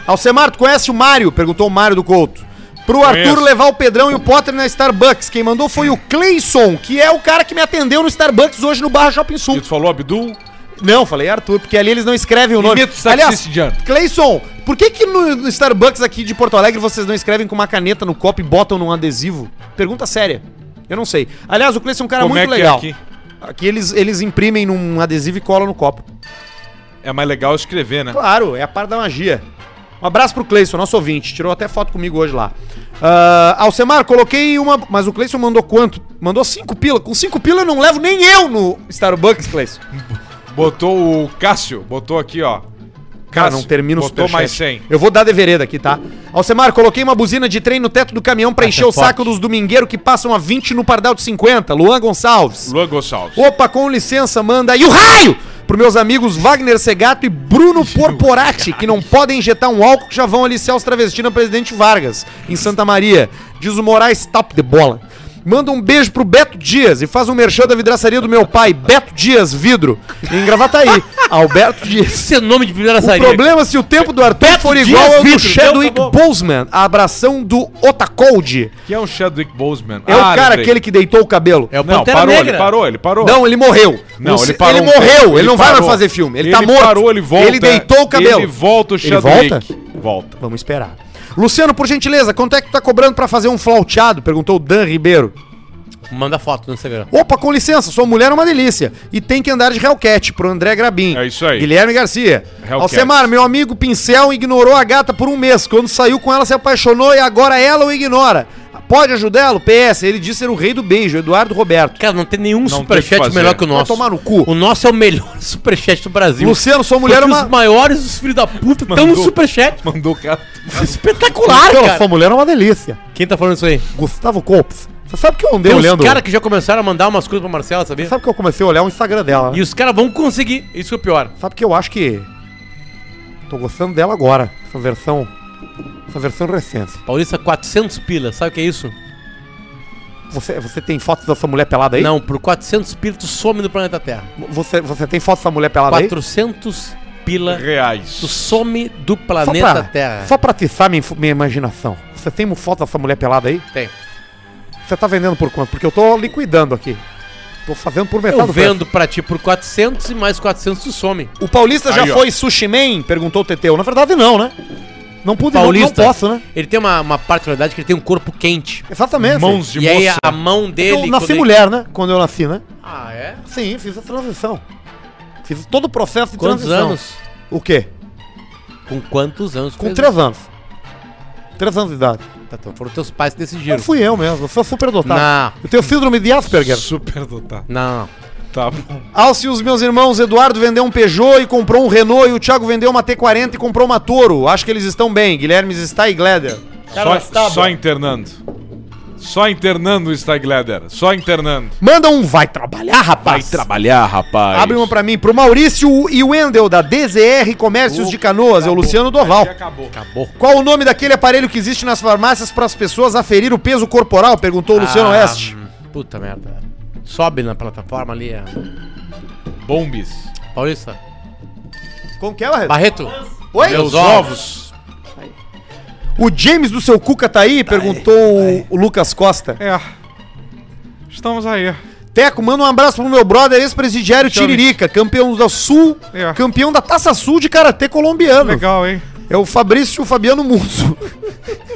A: Alcemar, tu conhece o Mário? Perguntou o Mário do Couto. Pro
B: Conheço.
A: Arthur levar o Pedrão e o Potter na Starbucks. Quem mandou foi o Cleison, que é o cara que me atendeu no Starbucks hoje no Barra Shopping Sul.
B: E tu falou Abdul?
A: Não, falei Arthur, porque ali eles não escrevem o nome.
B: Imita o
A: Aliás,
B: taxista de ano.
A: Cleison, por que que no no Starbucks aqui de Porto Alegre vocês não escrevem com uma caneta no copo e botam num adesivo? Pergunta séria. Eu não sei. Aliás, o Cleison é um cara
B: Como é
A: muito
B: que é
A: legal.
B: aqui?
A: aqui eles, eles imprimem num adesivo e colam no copo.
B: É mais legal escrever, né?
A: Claro, é a parte da magia. Um abraço pro Cleison, nosso ouvinte. Tirou até foto comigo hoje lá. Ah, Alcemar, coloquei uma. Mas o Cleison mandou quanto? Mandou cinco pila. Com cinco pila eu não levo nem eu no Starbucks, Cleison.
B: Botou o Cássio, botou aqui, ó. Cássio,
A: Cara, não termina o
B: botou
A: superchat.
B: mais 100.
A: Eu vou dar devereda aqui, tá? Alcemar, coloquei uma buzina de trem no teto do caminhão pra
C: Essa
A: encher o
C: é forte.
A: saco dos domingueiros que passam a 20 no pardal de 50. Luan Gonçalves.
B: Luan Gonçalves.
A: Opa, com licença, manda aí o raio para meus amigos Wagner Segato e Bruno Porporati, que não podem injetar um álcool que já vão aliciar os travestis na Presidente Vargas, em Santa Maria. Diz o Moraes, top de bola. Manda um beijo pro Beto Dias e faz um merchan da vidraçaria do meu pai, Beto Dias Vidro, em Gravataí. Alberto Dias.
C: Esse é o nome de primeira
A: O problema é se o tempo do Arthur for igual
C: Dias
A: ao do
C: Vidro,
A: Chadwick
C: então tá
A: Boseman, a abração do Otacold.
B: Que é o Chadwick Boseman? Ah,
A: É o cara aquele que deitou o cabelo.
C: É o
B: Não,
C: Pantera
B: parou,
C: Negra.
B: ele parou, ele parou.
A: Não, ele morreu.
B: Não,
A: Não,
B: ele parou um
A: morreu,
B: tempo,
A: ele,
B: ele
A: não vai mais
B: parou.
A: fazer filme. Ele,
B: Ele
A: tá morto.
B: parou, ele volta,
A: Ele deitou o cabelo.
B: ele volta o
A: Ele
B: Chadwick.
A: volta?
B: Volta.
A: Vamos esperar. Luciano, por gentileza, quanto é que tu tá cobrando pra fazer um flauteado? Perguntou o Dan Ribeiro.
C: Manda foto no Instagram.
A: Opa, com licença, sua mulher é uma delícia. E tem que andar de Hellcat pro André Grabin.
B: É isso aí.
A: Guilherme Garcia.
B: Hellcat.
A: Alcemar, meu amigo Pincel ignorou a gata por um mês. Quando saiu com ela, se apaixonou e agora ela o ignora. Pode ajudá-lo? PS, ele diz ser o rei do beijo, Eduardo Roberto.
C: Cara, não tem
B: tem
C: nenhum
B: o que
C: superchat
B: fazer.
C: melhor que o
A: Vai
C: nosso.
A: tomar no cu.
C: O nosso é o melhor superchat do Brasil.
A: Luciano, sua mulher é
C: Porque
A: uma...
C: Os maiores, os filhos da puta, estão no
B: Mandou.
C: superchat.
B: Mandou o cara.
C: Espetacular,
A: Luciano,
C: cara.
A: sua mulher é uma delícia.
C: Quem tá falando isso aí?
A: Gustavo Copes. Você sabe que eu andei
C: Tem uns
A: olhando.
C: caras que já começaram a mandar umas coisas pra Marcela, sabia?
A: Sabe que eu comecei a olhar o Instagram dela, né?
C: E os caras vão conseguir. Isso que é o pior.
A: Sabe que eu acho que. Tô gostando dela agora. Essa versão. Essa versão recente.
C: Paulista, 400 pila. Sabe o que é isso?
A: Você, você tem fotos da sua mulher pelada aí?
C: Não, por 400 pila tu some do planeta Terra.
A: Você, você tem fotos da sua mulher pelada aí?
C: 400 pila Ah. tu
B: Reais.
C: some do
A: Só
C: planeta
A: pra,
C: Terra.
A: só pra atiçar minha, info- minha imaginação. Você tem foto da sua mulher pelada aí?
C: Tem.
A: Você tá vendendo por quanto? Porque eu tô liquidando aqui. Tô fazendo por metade
C: Eu
A: do preço.
C: vendo pra ti por 400 e mais 400 tu some.
A: O Paulista já
B: Aí, ó.
A: foi sushi man? Perguntou o Teteu. Na verdade, não, né? Não pude, não-
C: Paulista.
A: não posso, né?
C: Ele tem uma, uma particularidade que ele tem um corpo quente.
A: Exatamente.
B: Mãos de
C: e aí
B: moça.
C: a, a mão dele.
A: Eu nasci
C: quando ele-
A: mulher, né? Quando eu nasci, né?
C: Ah, é?
A: Sim, fiz a transição. Fiz todo o processo de
C: Quantos
A: transição.
C: anos?
A: O quê?
C: Com quantos anos?
A: Com
C: fez
A: três anos. Três anos de idade.
C: isso? Tá, então foram teus pais que decidiram.
A: Não fui eu mesmo, eu sou superdotado.
C: Não.
A: Eu tenho síndrome de Asperger.
B: Super dotado.
C: Não.
B: Tá bom.
A: Alce e os meus irmãos, Eduardo vendeu um Peugeot e comprou um Renault e o Thiago vendeu uma T40 e comprou uma Toro. Acho que eles estão bem. Guilherme está e Gleder.
B: Só, só internando. Só internando o Staglader. Só internando.
A: Manda um vai trabalhar, rapaz.
B: trabalhar, rapaz.
A: Abre uma pra mim, pro Maurício e Wendel, da DZR Comércios de Canoas,
B: tá
A: é o Luciano Doval.
B: Acabou.
C: Acabou.
A: Qual o nome daquele aparelho que existe nas farmácias para as pessoas aferir o peso corporal? Perguntou o Luciano
C: Ah,
A: Oeste.
C: Puta merda. Sobe na plataforma ali, a
B: Bombes.
C: Paulista.
A: Como que é, Barreto?
C: Barreto.
A: Oi? Meus
C: Meus ovos.
A: O James do seu Cuca tá aí? perguntou o Lucas Costa.
B: É. Estamos aí.
A: Teco, manda um abraço pro meu brother, ex-presidiário
B: Chame.
A: Tiririca, campeão da Sul,
B: É.
A: campeão da Taça Sul de Karatê colombiano.
B: Legal, hein?
A: É o Fabrício Fabiano Musso.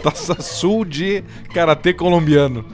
B: Taça Sul de Karatê colombiano.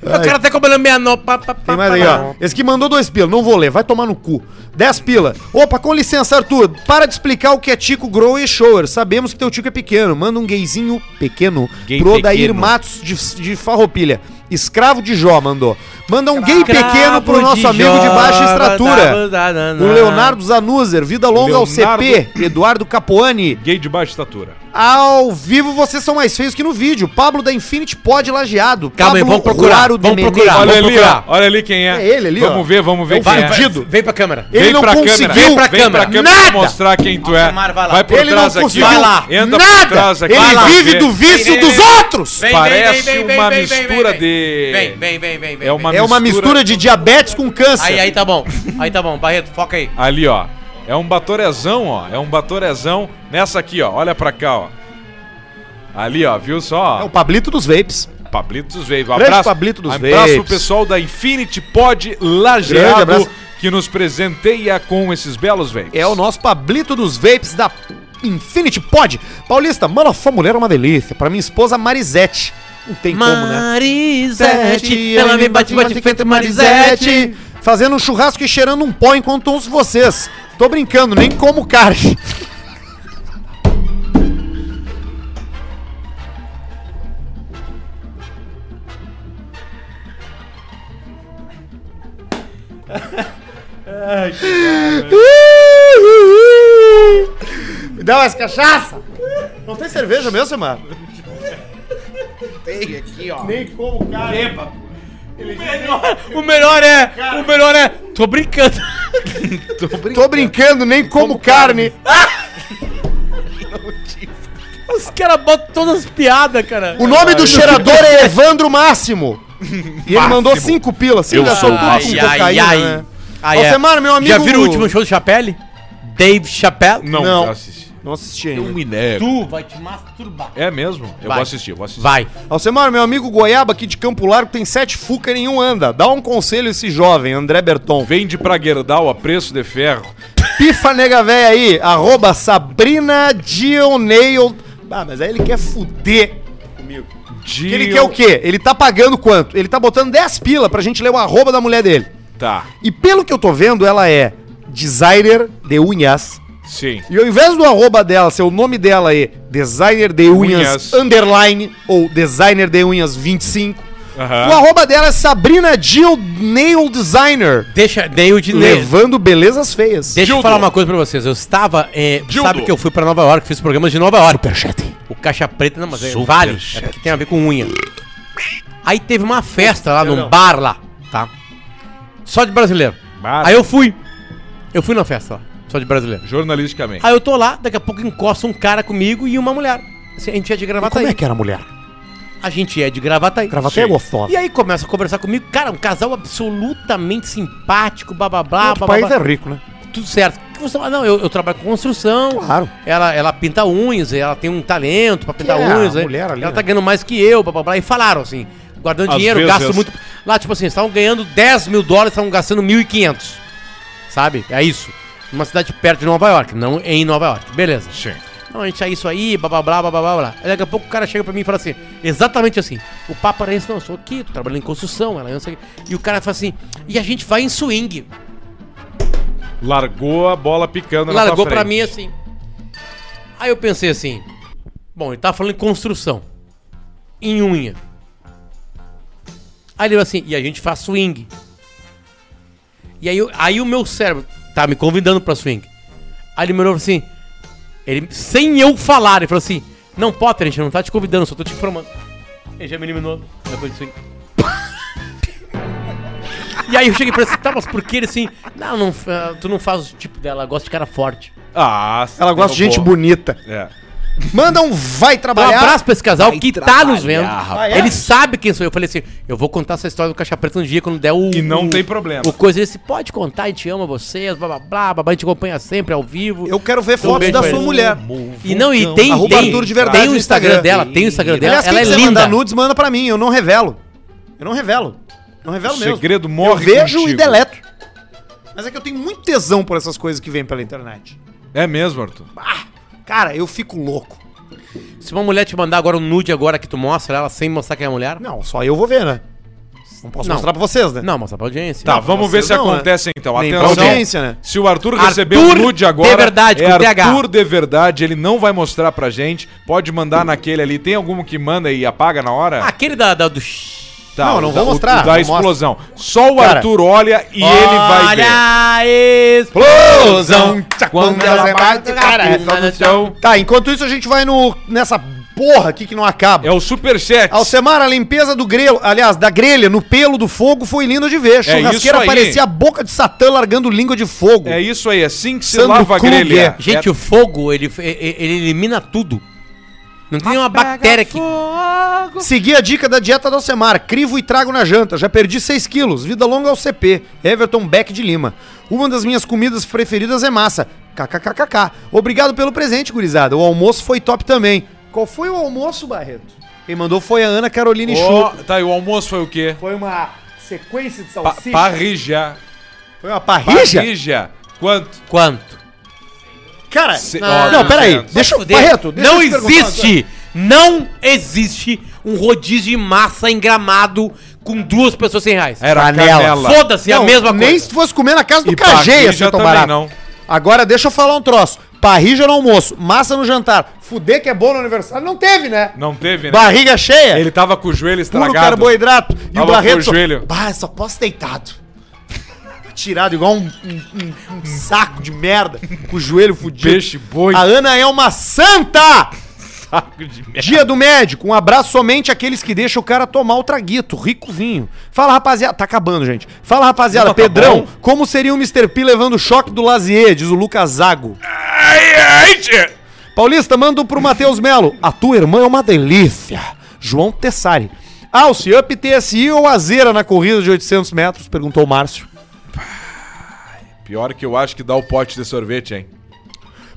C: O cara até cobrando meia no. pá, pá, pá,
A: Tem mais
C: pá,
A: aí,
C: pá.
A: ó. Esse que mandou dois pila, não vou ler, vai tomar no cu. Dez pila. Opa, com licença, Arthur. Para de explicar o que é Tico Grow e Shower. Sabemos que teu Tico é pequeno. Manda um gayzinho pequeno
B: Gay
A: pro Odair
B: pequeno.
A: Matos de, de Farroupilha. Escravo de Jó mandou. Manda um gay
C: Cravo
A: pequeno pro nosso
C: de
A: amigo de
C: Jó,
A: baixa estrutura.
C: da- da- da-
A: O Leonardo Zanuser, vida longa ao
B: Leonardo-
A: CP, Eduardo Capoani,
B: Gay de baixa estatura.
A: Ao vivo vocês são mais feios que no vídeo. Pablo da Infinity pode lajeado.
C: Calma aí,
A: Pablo
C: vamos procurar,
A: Ruaro de
C: vamos
A: Menezes.
C: procurar.
B: Olha
C: vamos
B: ali, ó,
C: procurar.
B: olha ali quem é.
A: É ele ali,
B: Vamos
A: ó.
B: ver, vamos ver
A: É o
B: quem é.
A: fudido.
C: Vem pra câmera.
A: Ele não
B: câmera,
A: conseguiu
B: vem pra
C: nada.
B: câmera pra mostrar quem tu é.
C: Alcemar, vai lá.
B: Vai por
A: Ele não
B: trás aqui.
A: conseguiu
C: vai lá.
B: Entra por
A: nada.
B: trás aqui.
A: Ele
B: vai lá.
A: vive
B: Vê.
A: do vício
C: Vem, vem,
A: dos
C: vem.
A: outros.
C: Vem,
B: Parece
C: vem, vem,
B: uma
C: vem, vem,
B: mistura
C: vem,
B: de-
C: Vem, vem, vem, vem, vem.
B: É uma
A: É uma mistura de diabetes com câncer.
C: Aí, aí tá bom. Aí tá bom. Barreto, foca aí.
B: Ali, ó. É um batorezão, ó. É um batorezão. Nessa aqui, ó. Olha pra cá, ó. Ali, ó. Viu só?
A: É o Pablito dos Vapes.
B: Pablito dos Veivos.
A: Grande Pablito dos
B: abraço
A: Vapes.
B: pro pessoal da Infinity Pod Lajeado
A: abraço.
B: que nos presenteia com esses belos vapes.
A: É o nosso Pablito dos Vapes da Infinity Pod. Paulista, mano, a sua mulher é uma delícia. Pra minha esposa, Marisete. Não tem como, né?
C: Marisete, ela me bate, bate, feito Marisete.
A: Marisete. Fazendo um churrasco e cheirando um pó enquanto uns vocês. Tô brincando, nem como carne. Me dá umas cachaça! Não tem cerveja mesmo, Semar?
C: O melhor é, o melhor é, tô brincando.
A: Tô brincando, nem como, carne.
C: Os caras botam todas as piadas, cara.
A: O nome do cheirador é Evandro Máximo. E ele mandou cinco assim, pilas. Sim,
B: Eu
A: já sou
B: sou o
A: tudo com
B: Máximo.
A: cocaína, né?
C: Ai,
A: Ô,
C: é.
A: Semar, meu amigo...
C: Já viram o último show do Chapelle? Dave Chapelle?
B: Não,
A: Não.
B: não. assisti.
A: Não assisti ainda.
B: minério.
C: Tu vai te masturbar.
B: É mesmo? Eu
C: Vai.
B: vou assistir, eu vou assistir.
C: Vai.
A: Alcemar, meu amigo Goiaba aqui de Campo Largo tem sete fuca e nenhum anda. Dá um conselho a esse jovem, André Berton.
B: Vende pra Gerdau a preço de ferro.
A: Pifa nega véia aí, arroba Sabrina Dioneil. Ah, mas aí ele quer fuder.
B: De...
A: Que ele quer o quê? Ele tá pagando quanto? Ele tá botando 10 pila pra gente ler o arroba da mulher dele.
B: Tá,
A: E pelo que eu tô vendo, ela é designer de unhas.
B: sim.
A: E ao invés do arroba dela ser o nome dela é designer de unhas,
B: Unhas.
A: underline ou designer de unhas 25,
B: Aham.
A: o arroba dela é Sabrina Jill Nail Designer,
C: Deixa, Neil de Neil.
A: levando belezas feias.
C: Deixa eu
B: Dildo.
C: falar uma coisa pra vocês. Eu estava. eh,
B: Dildo.
C: sabe que eu fui pra Nova York, fiz programas de Nova York. O Caixa Preta, não, mas é, vale. É porque tem a ver com unha. Aí teve uma festa lá num bar lá, tá? Só de brasileiro.
B: Mas-
C: Aí eu fui. Eu fui na festa lá, só de brasileiro.
B: Jornalisticamente.
C: Aí eu tô lá, daqui a pouco encosta um cara comigo e uma mulher. Assim, A gente é de gravata
A: Como
C: aí.
A: é que era a mulher?
C: A gente é de gravata aí.
A: Gravata é
B: Sim.
A: gostosa.
C: E aí começa a conversar comigo. Cara, um casal absolutamente simpático, blá blá blá,
A: Outro
C: blá,
A: país
C: blá, blá.
A: é rico, né?
C: tudo certo. O que você fala? Não, eu, eu trabalho com construção.
A: Claro.
C: Ela, ela pinta unhas, ela tem um talento pra pintar
A: é a
C: unhas. né?
A: mulher ali,
C: ela tá
A: né?
C: ganhando mais que eu, blá blá blá. E falaram assim, guardando
B: Às
C: dinheiro,
B: vezes.
C: gasto muito. Lá, tipo assim, eles estavam ganhando 10 mil dólares, estavam gastando 1.500. Sabe? É isso. Uma cidade perto de Nova York, não em Nova York. Beleza.
B: Sim.
C: Não, a gente é isso aí, blá blá blá blá blá blá blá. Aí daqui a pouco o cara chega pra mim e fala assim, exatamente assim. O papo era esse, não, eu sou aqui, tô trabalhando em construção, ela não sei o quê. E o cara fala assim, e a gente vai em swing.
B: Largou a bola picando Tá na
C: Largou
B: tua
C: pra
B: frente.
C: mim assim. Aí eu pensei assim, bom, ele tá falando em construção. Em unha. Aí ele falou assim, e a gente faz swing. E aí, eu- aí o meu cérebro tá me convidando pra swing. Aí ele me olhou e falou assim, ele, sem eu falar, ele falou assim, não, Potter, a gente não tá te convidando, só tô te informando. Ele já me eliminou depois do swing. E aí eu cheguei pra ele assim, tá, mas por que ele assim? Não, não, ah, tu não faz o tipo dela, ela gosta de cara forte.
B: Ah,
A: Ela gosta de gente
B: boa.
A: bonita.
B: É.
A: Manda um vai
C: Um
A: trabalhar.
C: abraço pra esse casal que tá nos vendo.
A: rapaz.
C: Ele sabe quem sou eu. Eu falei assim: eu vou contar essa história do Caixa Preta um dia quando der o.
B: E não
C: o-
B: tem problema.
C: O coisa, ele se pode contar, a gente ama vocês, blá blá blá, blá, blá, a gente acompanha sempre ao vivo.
A: Eu quero ver
C: Então,
A: fotos
C: beijo
A: da
C: pra
A: sua
C: ele.
A: mulher.
C: E não, e
B: tá
C: tem,
A: Arroba
C: tem,
A: Arthur de Verdade
C: tem o
A: no
C: Instagram,
A: Instagram.
C: dela, tem o Instagram dela,
A: Aliás,
C: ela é
A: quem quiser mandar
C: linda.
A: nudes, manda pra mim. Eu não revelo. Eu não revelo. Não revelo
B: O
A: mesmo.
B: segredo
A: Eu
B: morre
A: vejo
B: contigo.
A: e deleto. Mas é que eu tenho muito tesão por essas coisas que vêm pela internet. Ah,
B: É mesmo, Arthur.
A: Cara, eu fico louco.
C: Se uma mulher te mandar agora um nude agora que tu mostra ela sem mostrar que é mulher,
A: Não, só eu vou ver, né? Não posso
C: Não.
A: mostrar pra vocês, né?
C: não, mostra pra audiência.
B: Tá,
C: Não.
B: vamos ver
A: vocês
B: se
A: não, né?
B: acontece então.
A: Nem pra
B: Atenção.
A: audiência, né?
B: Se o Arthur,
C: Arthur
B: receber um nude agora,
C: de verdade,
B: é
C: com TH.
B: Arthur de verdade, ele não vai mostrar pra gente. Pode mandar naquele ali. Tem algum que manda e apaga na hora?
C: Ah, Aquele da, da do... shh,
B: Tá,
A: Não,
B: o
A: não
B: da-
A: vou
B: o-
A: mostrar,
B: o Da
A: não
B: explosão. Só o
A: Cara,
B: Arthur olha e ele vai ver.
C: Olha isso!
A: Explosão!
B: Quando ela bate, cara, é só no chão.
A: Tá, enquanto isso a gente vai no nessa porra aqui que não acaba.
B: É o Superchat.
A: Alcemar, a limpeza do grelo, aliás, da grelha no pelo do fogo foi linda de ver. Churrasqueira
B: É isso aí.
A: parecia a boca de Satã largando língua de fogo.
B: É isso aí, assim que se
A: Sandro
B: lava a
A: Kruger.
B: grelha.
C: Gente, o fogo, ele, ele ele elimina tudo. Não tem uma bactéria que...
A: Segui a dica da dieta do Alcemar, crivo e trago na janta. Já perdi 6 quilos, vida longa ao CP. Everton Beck de Lima. Uma das minhas comidas preferidas é massa. KKKKK. Obrigado pelo presente, gurizada. O almoço foi top também. Qual foi o almoço, Barreto? Quem mandou foi a Ana Carolina
B: Ó,
A: Chu.
B: tá, e o almoço foi o quê?
A: Foi uma sequência de
B: Pa parrija.
A: Foi uma parrija?
B: Parrija. Quanto?
C: Quanto?
A: Cara,
B: Se-
A: não,
B: ó,
A: não, peraí.
B: 200.
A: Deixa eu.
C: Fuder.
A: Barreto, deixa
C: não
A: eu te perguntar uma coisa.
C: existe, não existe um rodízio de massa em gramado com duas pessoas sem reais.
B: Era
A: Canela.
B: canela.
C: Foda-se, é a
A: Não,
C: mesma coisa.
A: Nem se fosse comer na casa do
B: E
A: Cajê ia
B: parrija
A: ser tão
B: também
A: barato.
B: não.
A: Agora deixa eu falar um troço. Parrija no almoço, massa no jantar. Fuder que é bom no aniversário. Não teve, né?
B: Não teve, né?
A: Barriga cheia,
B: Ele tava com o joelho
A: puro
B: estragado.
A: carboidrato. E o
B: Tava
A: Barreto
B: com o
A: só...
B: joelho.
A: Bah, só posso deitado. Tirado igual um, um- um- um saco de merda. Com o joelho fudido.
B: Peixe boi.
A: A Ana é uma santa!
B: Saco de merda.
A: Dia do médico, um abraço somente àqueles que deixam o cara tomar o traguito, rico vinho. Fala, rapaziada. Tá acabando, gente. Fala, rapaziada.
B: Não, tá
A: Pedrão,
B: bom.
A: como seria o Mr. P levando choque do Lazier, diz o Lucas Zago.
B: Ai, ai, tchê.
A: Paulista, manda um pro Matheus Melo. A tua irmã é uma delícia. João Tessari. Ah, Alce, up TSI ou azeira na corrida de 800 metros? Perguntou o Márcio.
B: Pior que eu acho que dá o pote de sorvete, hein?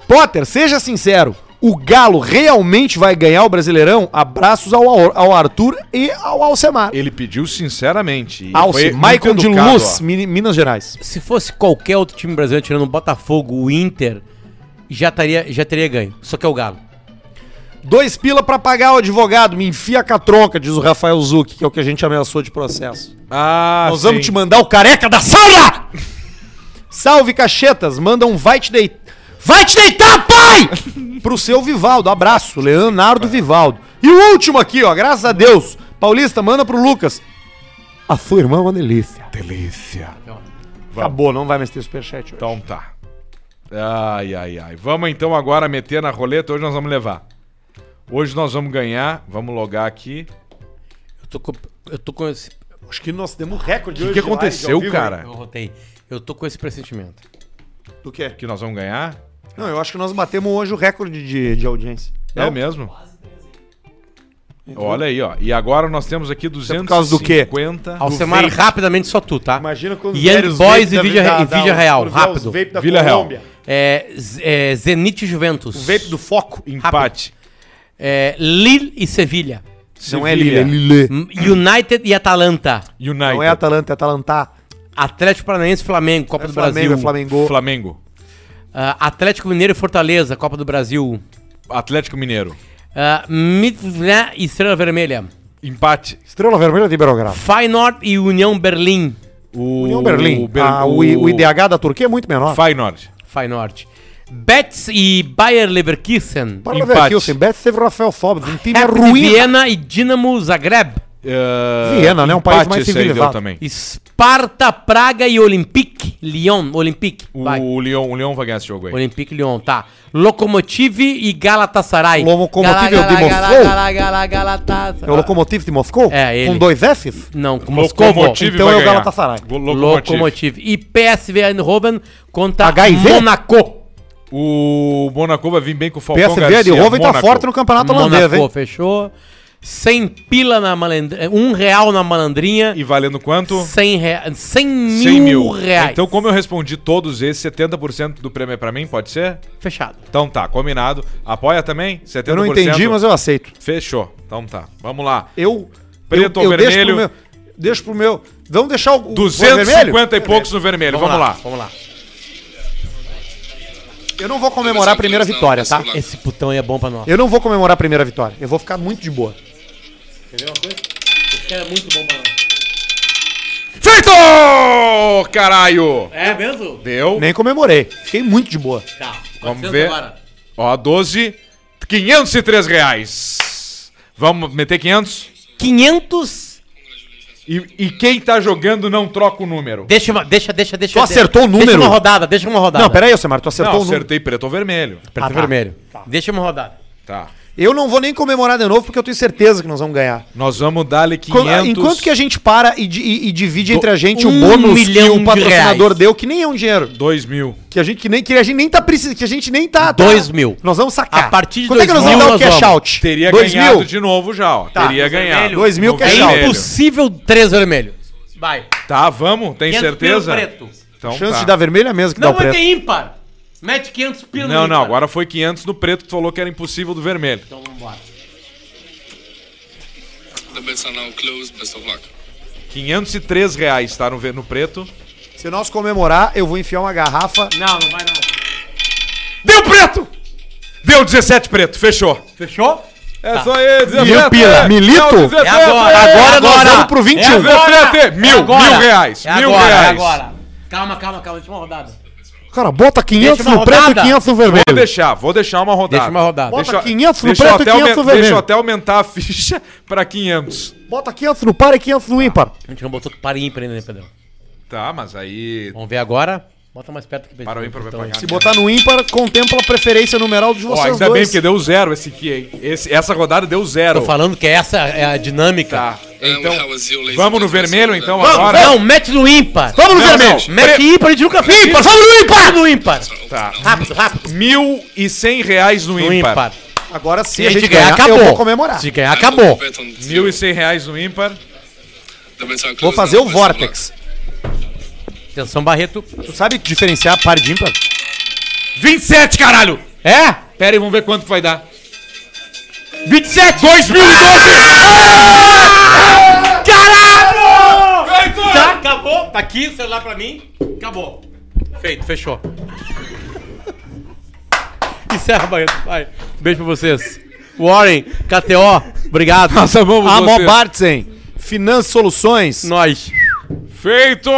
A: Potter, seja sincero. O Galo realmente vai ganhar o Brasileirão? Abraços ao, ao Arthur e ao Alcemar.
B: Ele pediu sinceramente. e
A: Alce,
B: foi
A: Michael
B: muito
A: de
B: educado,
A: Luz,
B: ó.
A: Mini- Minas Gerais.
C: Se fosse qualquer outro time brasileiro tirando o Botafogo, o Inter, já teria, já teria ganho. Só que é o Galo.
A: Dois pila pra pagar o advogado, me enfia com a tronca, diz o Rafael Zuc, que é o que a gente ameaçou de processo.
B: Ah,
A: Nós vamos te
B: sim.
A: mandar o careca da sala! Salve, cachetas, manda um vai te deitar. Vai te deitar, pai! Pro seu Vivaldo, abraço, Leonardo Vivaldo. E o último aqui, ó, graças a Deus. Paulista, manda pro Lucas. A sua irmã é uma delícia.
B: Delícia.
A: Acabou, não vai mais ter superchat hoje.
B: Então tá. Ai, ai, ai. Vamos então agora meter na roleta. Hoje nós vamos levar. Hoje nós vamos ganhar. Vamos logar aqui.
C: Eu tô com, eu tô com esse...
A: Acho que nós temos recorde
B: O
A: hoje
B: que
A: de live
B: aconteceu,
A: ao vivo,
B: cara?
C: Eu rotei. Eu tô com esse pressentimento.
A: hein? Do quê?
B: Que nós vamos ganhar?
A: Não, eu acho que nós batemos hoje o recorde de, de audiência.
B: É mesmo? Olha aí, ó. E agora nós temos aqui
A: é
B: 250.
A: por causa do quê?
C: Alcemar,
A: vape.
C: rapidamente só tu, tá?
A: Imagina quando
C: Young
A: vier os
C: Boys
A: vape
C: e
A: da-
C: Villa-
A: da-
C: e
A: da-
C: Villa Real,
A: quando vier os
C: rápido.
A: vape da
B: Villa Real.
A: Colômbia.
C: É, Z- é, Zenit e Juventus.
A: O vape do foco.
B: Empate.
C: É, Lille e Sevilha.
A: Não
B: Sevilha,
A: é Lille, é Lille.
C: M- United e Atalanta.
B: United.
A: Não é Atalanta, é Atalantá.
C: Atlético Paranaense e Flamengo, Copa
A: É
C: do
A: Flamengo,
C: Brasil.
A: é Flamengo.
B: Flamengo.
C: Ah, Atlético Mineiro e Fortaleza, Copa do Brasil.
B: Atlético Mineiro.
C: Ah, Midland e Estrela Vermelha.
B: Empate.
A: Estrela Vermelha de Belgrado.
C: Feyenoord e União Berlim.
B: O
A: União Berlim.
B: O, Ber...
A: Ah, o,
B: o...
A: I- o IDH da Turquia é muito menor.
B: Feyenoord.
C: Feyenoord. Betis e Bayer Leverkusen.
A: Para
B: empate.
A: Leverkusen, Betis teve o Rafael Sobis, um time é
C: Rapid
A: ruim.
C: Viena e Dinamo Zagreb.
B: Eh,
A: Viena, né? Um país
B: empate
A: mais
B: esse aí deu
A: civilizado.
B: também.
C: Esparta, Praga e Olympique. Lyon, Olympique. Vai.
B: O Lyon, o Lyon vai ganhar esse jogo aí.
C: Olympique Lyon, tá. Locomotive e Galatasaray.
A: Locomotive é o de Moscou? É o
C: Galatasaray.
A: Lokomotiv de Moscou?
C: É, ele.
A: Com dois Fs?
C: Não, com Moscou.
B: Locomotive
A: Então
B: vai
A: é o
B: ganhar.
A: Galatasaray.
B: Go- Locomotive.
C: Locomotive. E PSV Eindhoven contra
A: HIV?
C: Monaco.
B: O Monaco vai vir bem com o Falcão
A: PSV
B: Garcia.
A: de Roven tá
B: Mônaco.
A: forte no campeonato holandês,
C: Monaco,
A: hein?
C: fechou. 100 pila na malandrinha. Um real na malandrinha.
B: E valendo quanto?
C: 100, rea... 100 mil,
B: 100 mil.
C: reais.
B: Então, como eu respondi todos esses, 70% do prêmio é pra mim, pode ser?
C: Fechado.
B: Então tá, combinado. Apoia também? 70%?
A: Eu não entendi, mas eu aceito.
B: Fechou. Então tá, vamos lá.
A: Eu.
B: Preto
A: eu,
B: ou
A: eu deixo pro
B: vermelho?
A: meu- Deixo pro meu. Vamos deixar o. o- o vermelho?
B: 250 e poucos no vermelho, vamos, lá.
C: Vamos lá.
A: Eu não vou comemorar a primeira vitória, tá?
C: Esse putão aí é bom pra nós.
A: Eu não vou comemorar a primeira vitória. Eu vou ficar muito de boa.
C: Esse cara é muito bom pra nós.
B: Feito! Caralho!
C: É mesmo?
B: Deu.
A: Nem comemorei. Fiquei muito de boa.
C: Tá.
B: Vamos ver. Ó, 12, 503 reais. Vamos meter 500?
C: 500
B: E, e quem tá jogando não troca o número.
C: Deixa, uma- deixa, deixa, deixa.
A: Tu acertou o
C: Deixa
A: número?
C: uma rodada, deixa uma rodada.
A: Não, peraí, Alcemar, tu acertou um
B: Não,
A: o número.
B: acertei preto ou vermelho.
C: Preto
A: Ah,
C: e
A: tá.
C: vermelho. Deixa uma rodada.
B: Tá.
A: Eu não vou nem comemorar de novo, porque eu tenho certeza que nós vamos ganhar.
B: Nós vamos dar-lhe
A: Co- ah,
B: 500...
A: Enquanto que a gente para e, di- e- e divide entre a gente
C: um
A: o bônus
C: milhão
A: que
C: de
A: o patrocinador
C: reais.
A: deu, que nem é um dinheiro.
B: 2 mil.
A: Que a gente que nem, que a gente nem tá precisando, que a gente nem tá. tá-
C: Dois mil.
A: Nós vamos sacar.
C: A partir de
A: Quanto é que nós
C: dois
A: vamos
C: mil,
A: dar o
C: nós
A: cash
C: vamos.
A: out?
B: Teria
A: dois
B: ganhado
A: mil?
B: de novo já, ó.
A: Tá,
B: Teria
A: no
B: ganhado.
A: Dois mil
B: No
A: que é
B: vermelho.
C: É impossível três vermelho. Vai.
B: Tá, vamos? Tem
C: 500
B: certeza?
C: pelo preto.
B: Então,
A: Chance
B: tá.
A: de dar vermelho é mesmo que dá
C: Não,
A: o preto.
C: mas tem ímpar. Mete 500 pila no
B: Não, não,
C: ímpar.
B: agora foi 500 no preto, tu falou que era impossível do vermelho.
C: Então vambora.
D: The bids are now closed. Best of luck.
B: 503 reais tá no, ve- no preto.
A: Se nós comemorar, eu vou enfiar uma garrafa.
C: Não, não vai não.
B: Deu preto! Deu 17 preto, fechou.
C: Fechou?
B: É só aí, 17.
A: Mil pila, milito?
B: Não, 17,
C: É agora,
A: Agora,
C: agora.
A: nós vamos pro 21.
C: É
B: agora. VT, mil, mil reais,
C: É
B: mil
C: agora,
B: reais.
C: É agora. Calma, calma, calma. Deixa uma rodada.
A: Cara, bota 500
C: Deixa uma
A: no preto e
C: rodada.
A: 500 no vermelho.
B: Vou deixar, vou deixar uma rodada.
C: Deixa uma rodada.
A: Bota
B: Deixa,
A: 500 no
B: deixa eu
A: preto e 500
B: até
A: no
B: aumentar- Deixa eu
A: vermelho.
B: até aumentar a ficha pra 500.
A: Bota 500 no par e 500 no ímpar.
C: A gente não botou para ímpar ainda, né, Pedrão?
B: Tá, mas aí...
C: Vamos ver agora. Bota mais perto que
B: Para o ímpar vai
C: Então,
B: pagar.
A: Se botar no ímpar, contempla a preferência numeral de
B: Ó,
A: vocês
B: ainda bem
A: dois.
B: porque deu zero esse aqui, hein? Esse- essa rodada deu zero.
C: Tô falando que essa é a dinâmica.
B: Tá,
D: And
B: então...
D: we have a zero laser
B: Vamos no
D: laser
B: vermelho,
D: laser.
B: então,
D: Best
B: agora?
C: Não, mete no ímpar.
A: Vamos no
B: Não,
A: vermelho.
B: não.
C: Mete ímpar, a gente nunca fez. Ímpar, vamos no ímpar! No ímpar.
B: Tá.
C: Rápido, rápido.
B: Mil e cem reais no
C: No
B: ímpar.
C: ímpar.
A: Agora se
C: Se
A: a gente ganhar, eu vou comemorar.
C: Se ganhar,
D: of
C: acabou.
D: luck. Bet on the
B: Mil e cem reais no ímpar.
D: The bids are closed.
A: Vou fazer
D: now.
A: o
D: Best of luck.
A: Vortex.
C: Atenção, Barreto.
A: Tu sabe diferenciar par de ímpar?
B: 27, caralho!
C: É?
B: Pera aí, vamos ver quanto que vai dar.
C: 27!
B: 2012!
C: Ah! Caralho! Tá,
B: Tá.
C: acabou. Tá aqui, celular pra mim. Acabou. Feito, fechou. Encerra, Barreto. Vai. Beijo pra vocês. Warren, KTO, obrigado.
B: Nós amamos
A: Amó
B: você.
A: Bartzen. Finanças Soluções.
C: Nós.
B: Feito!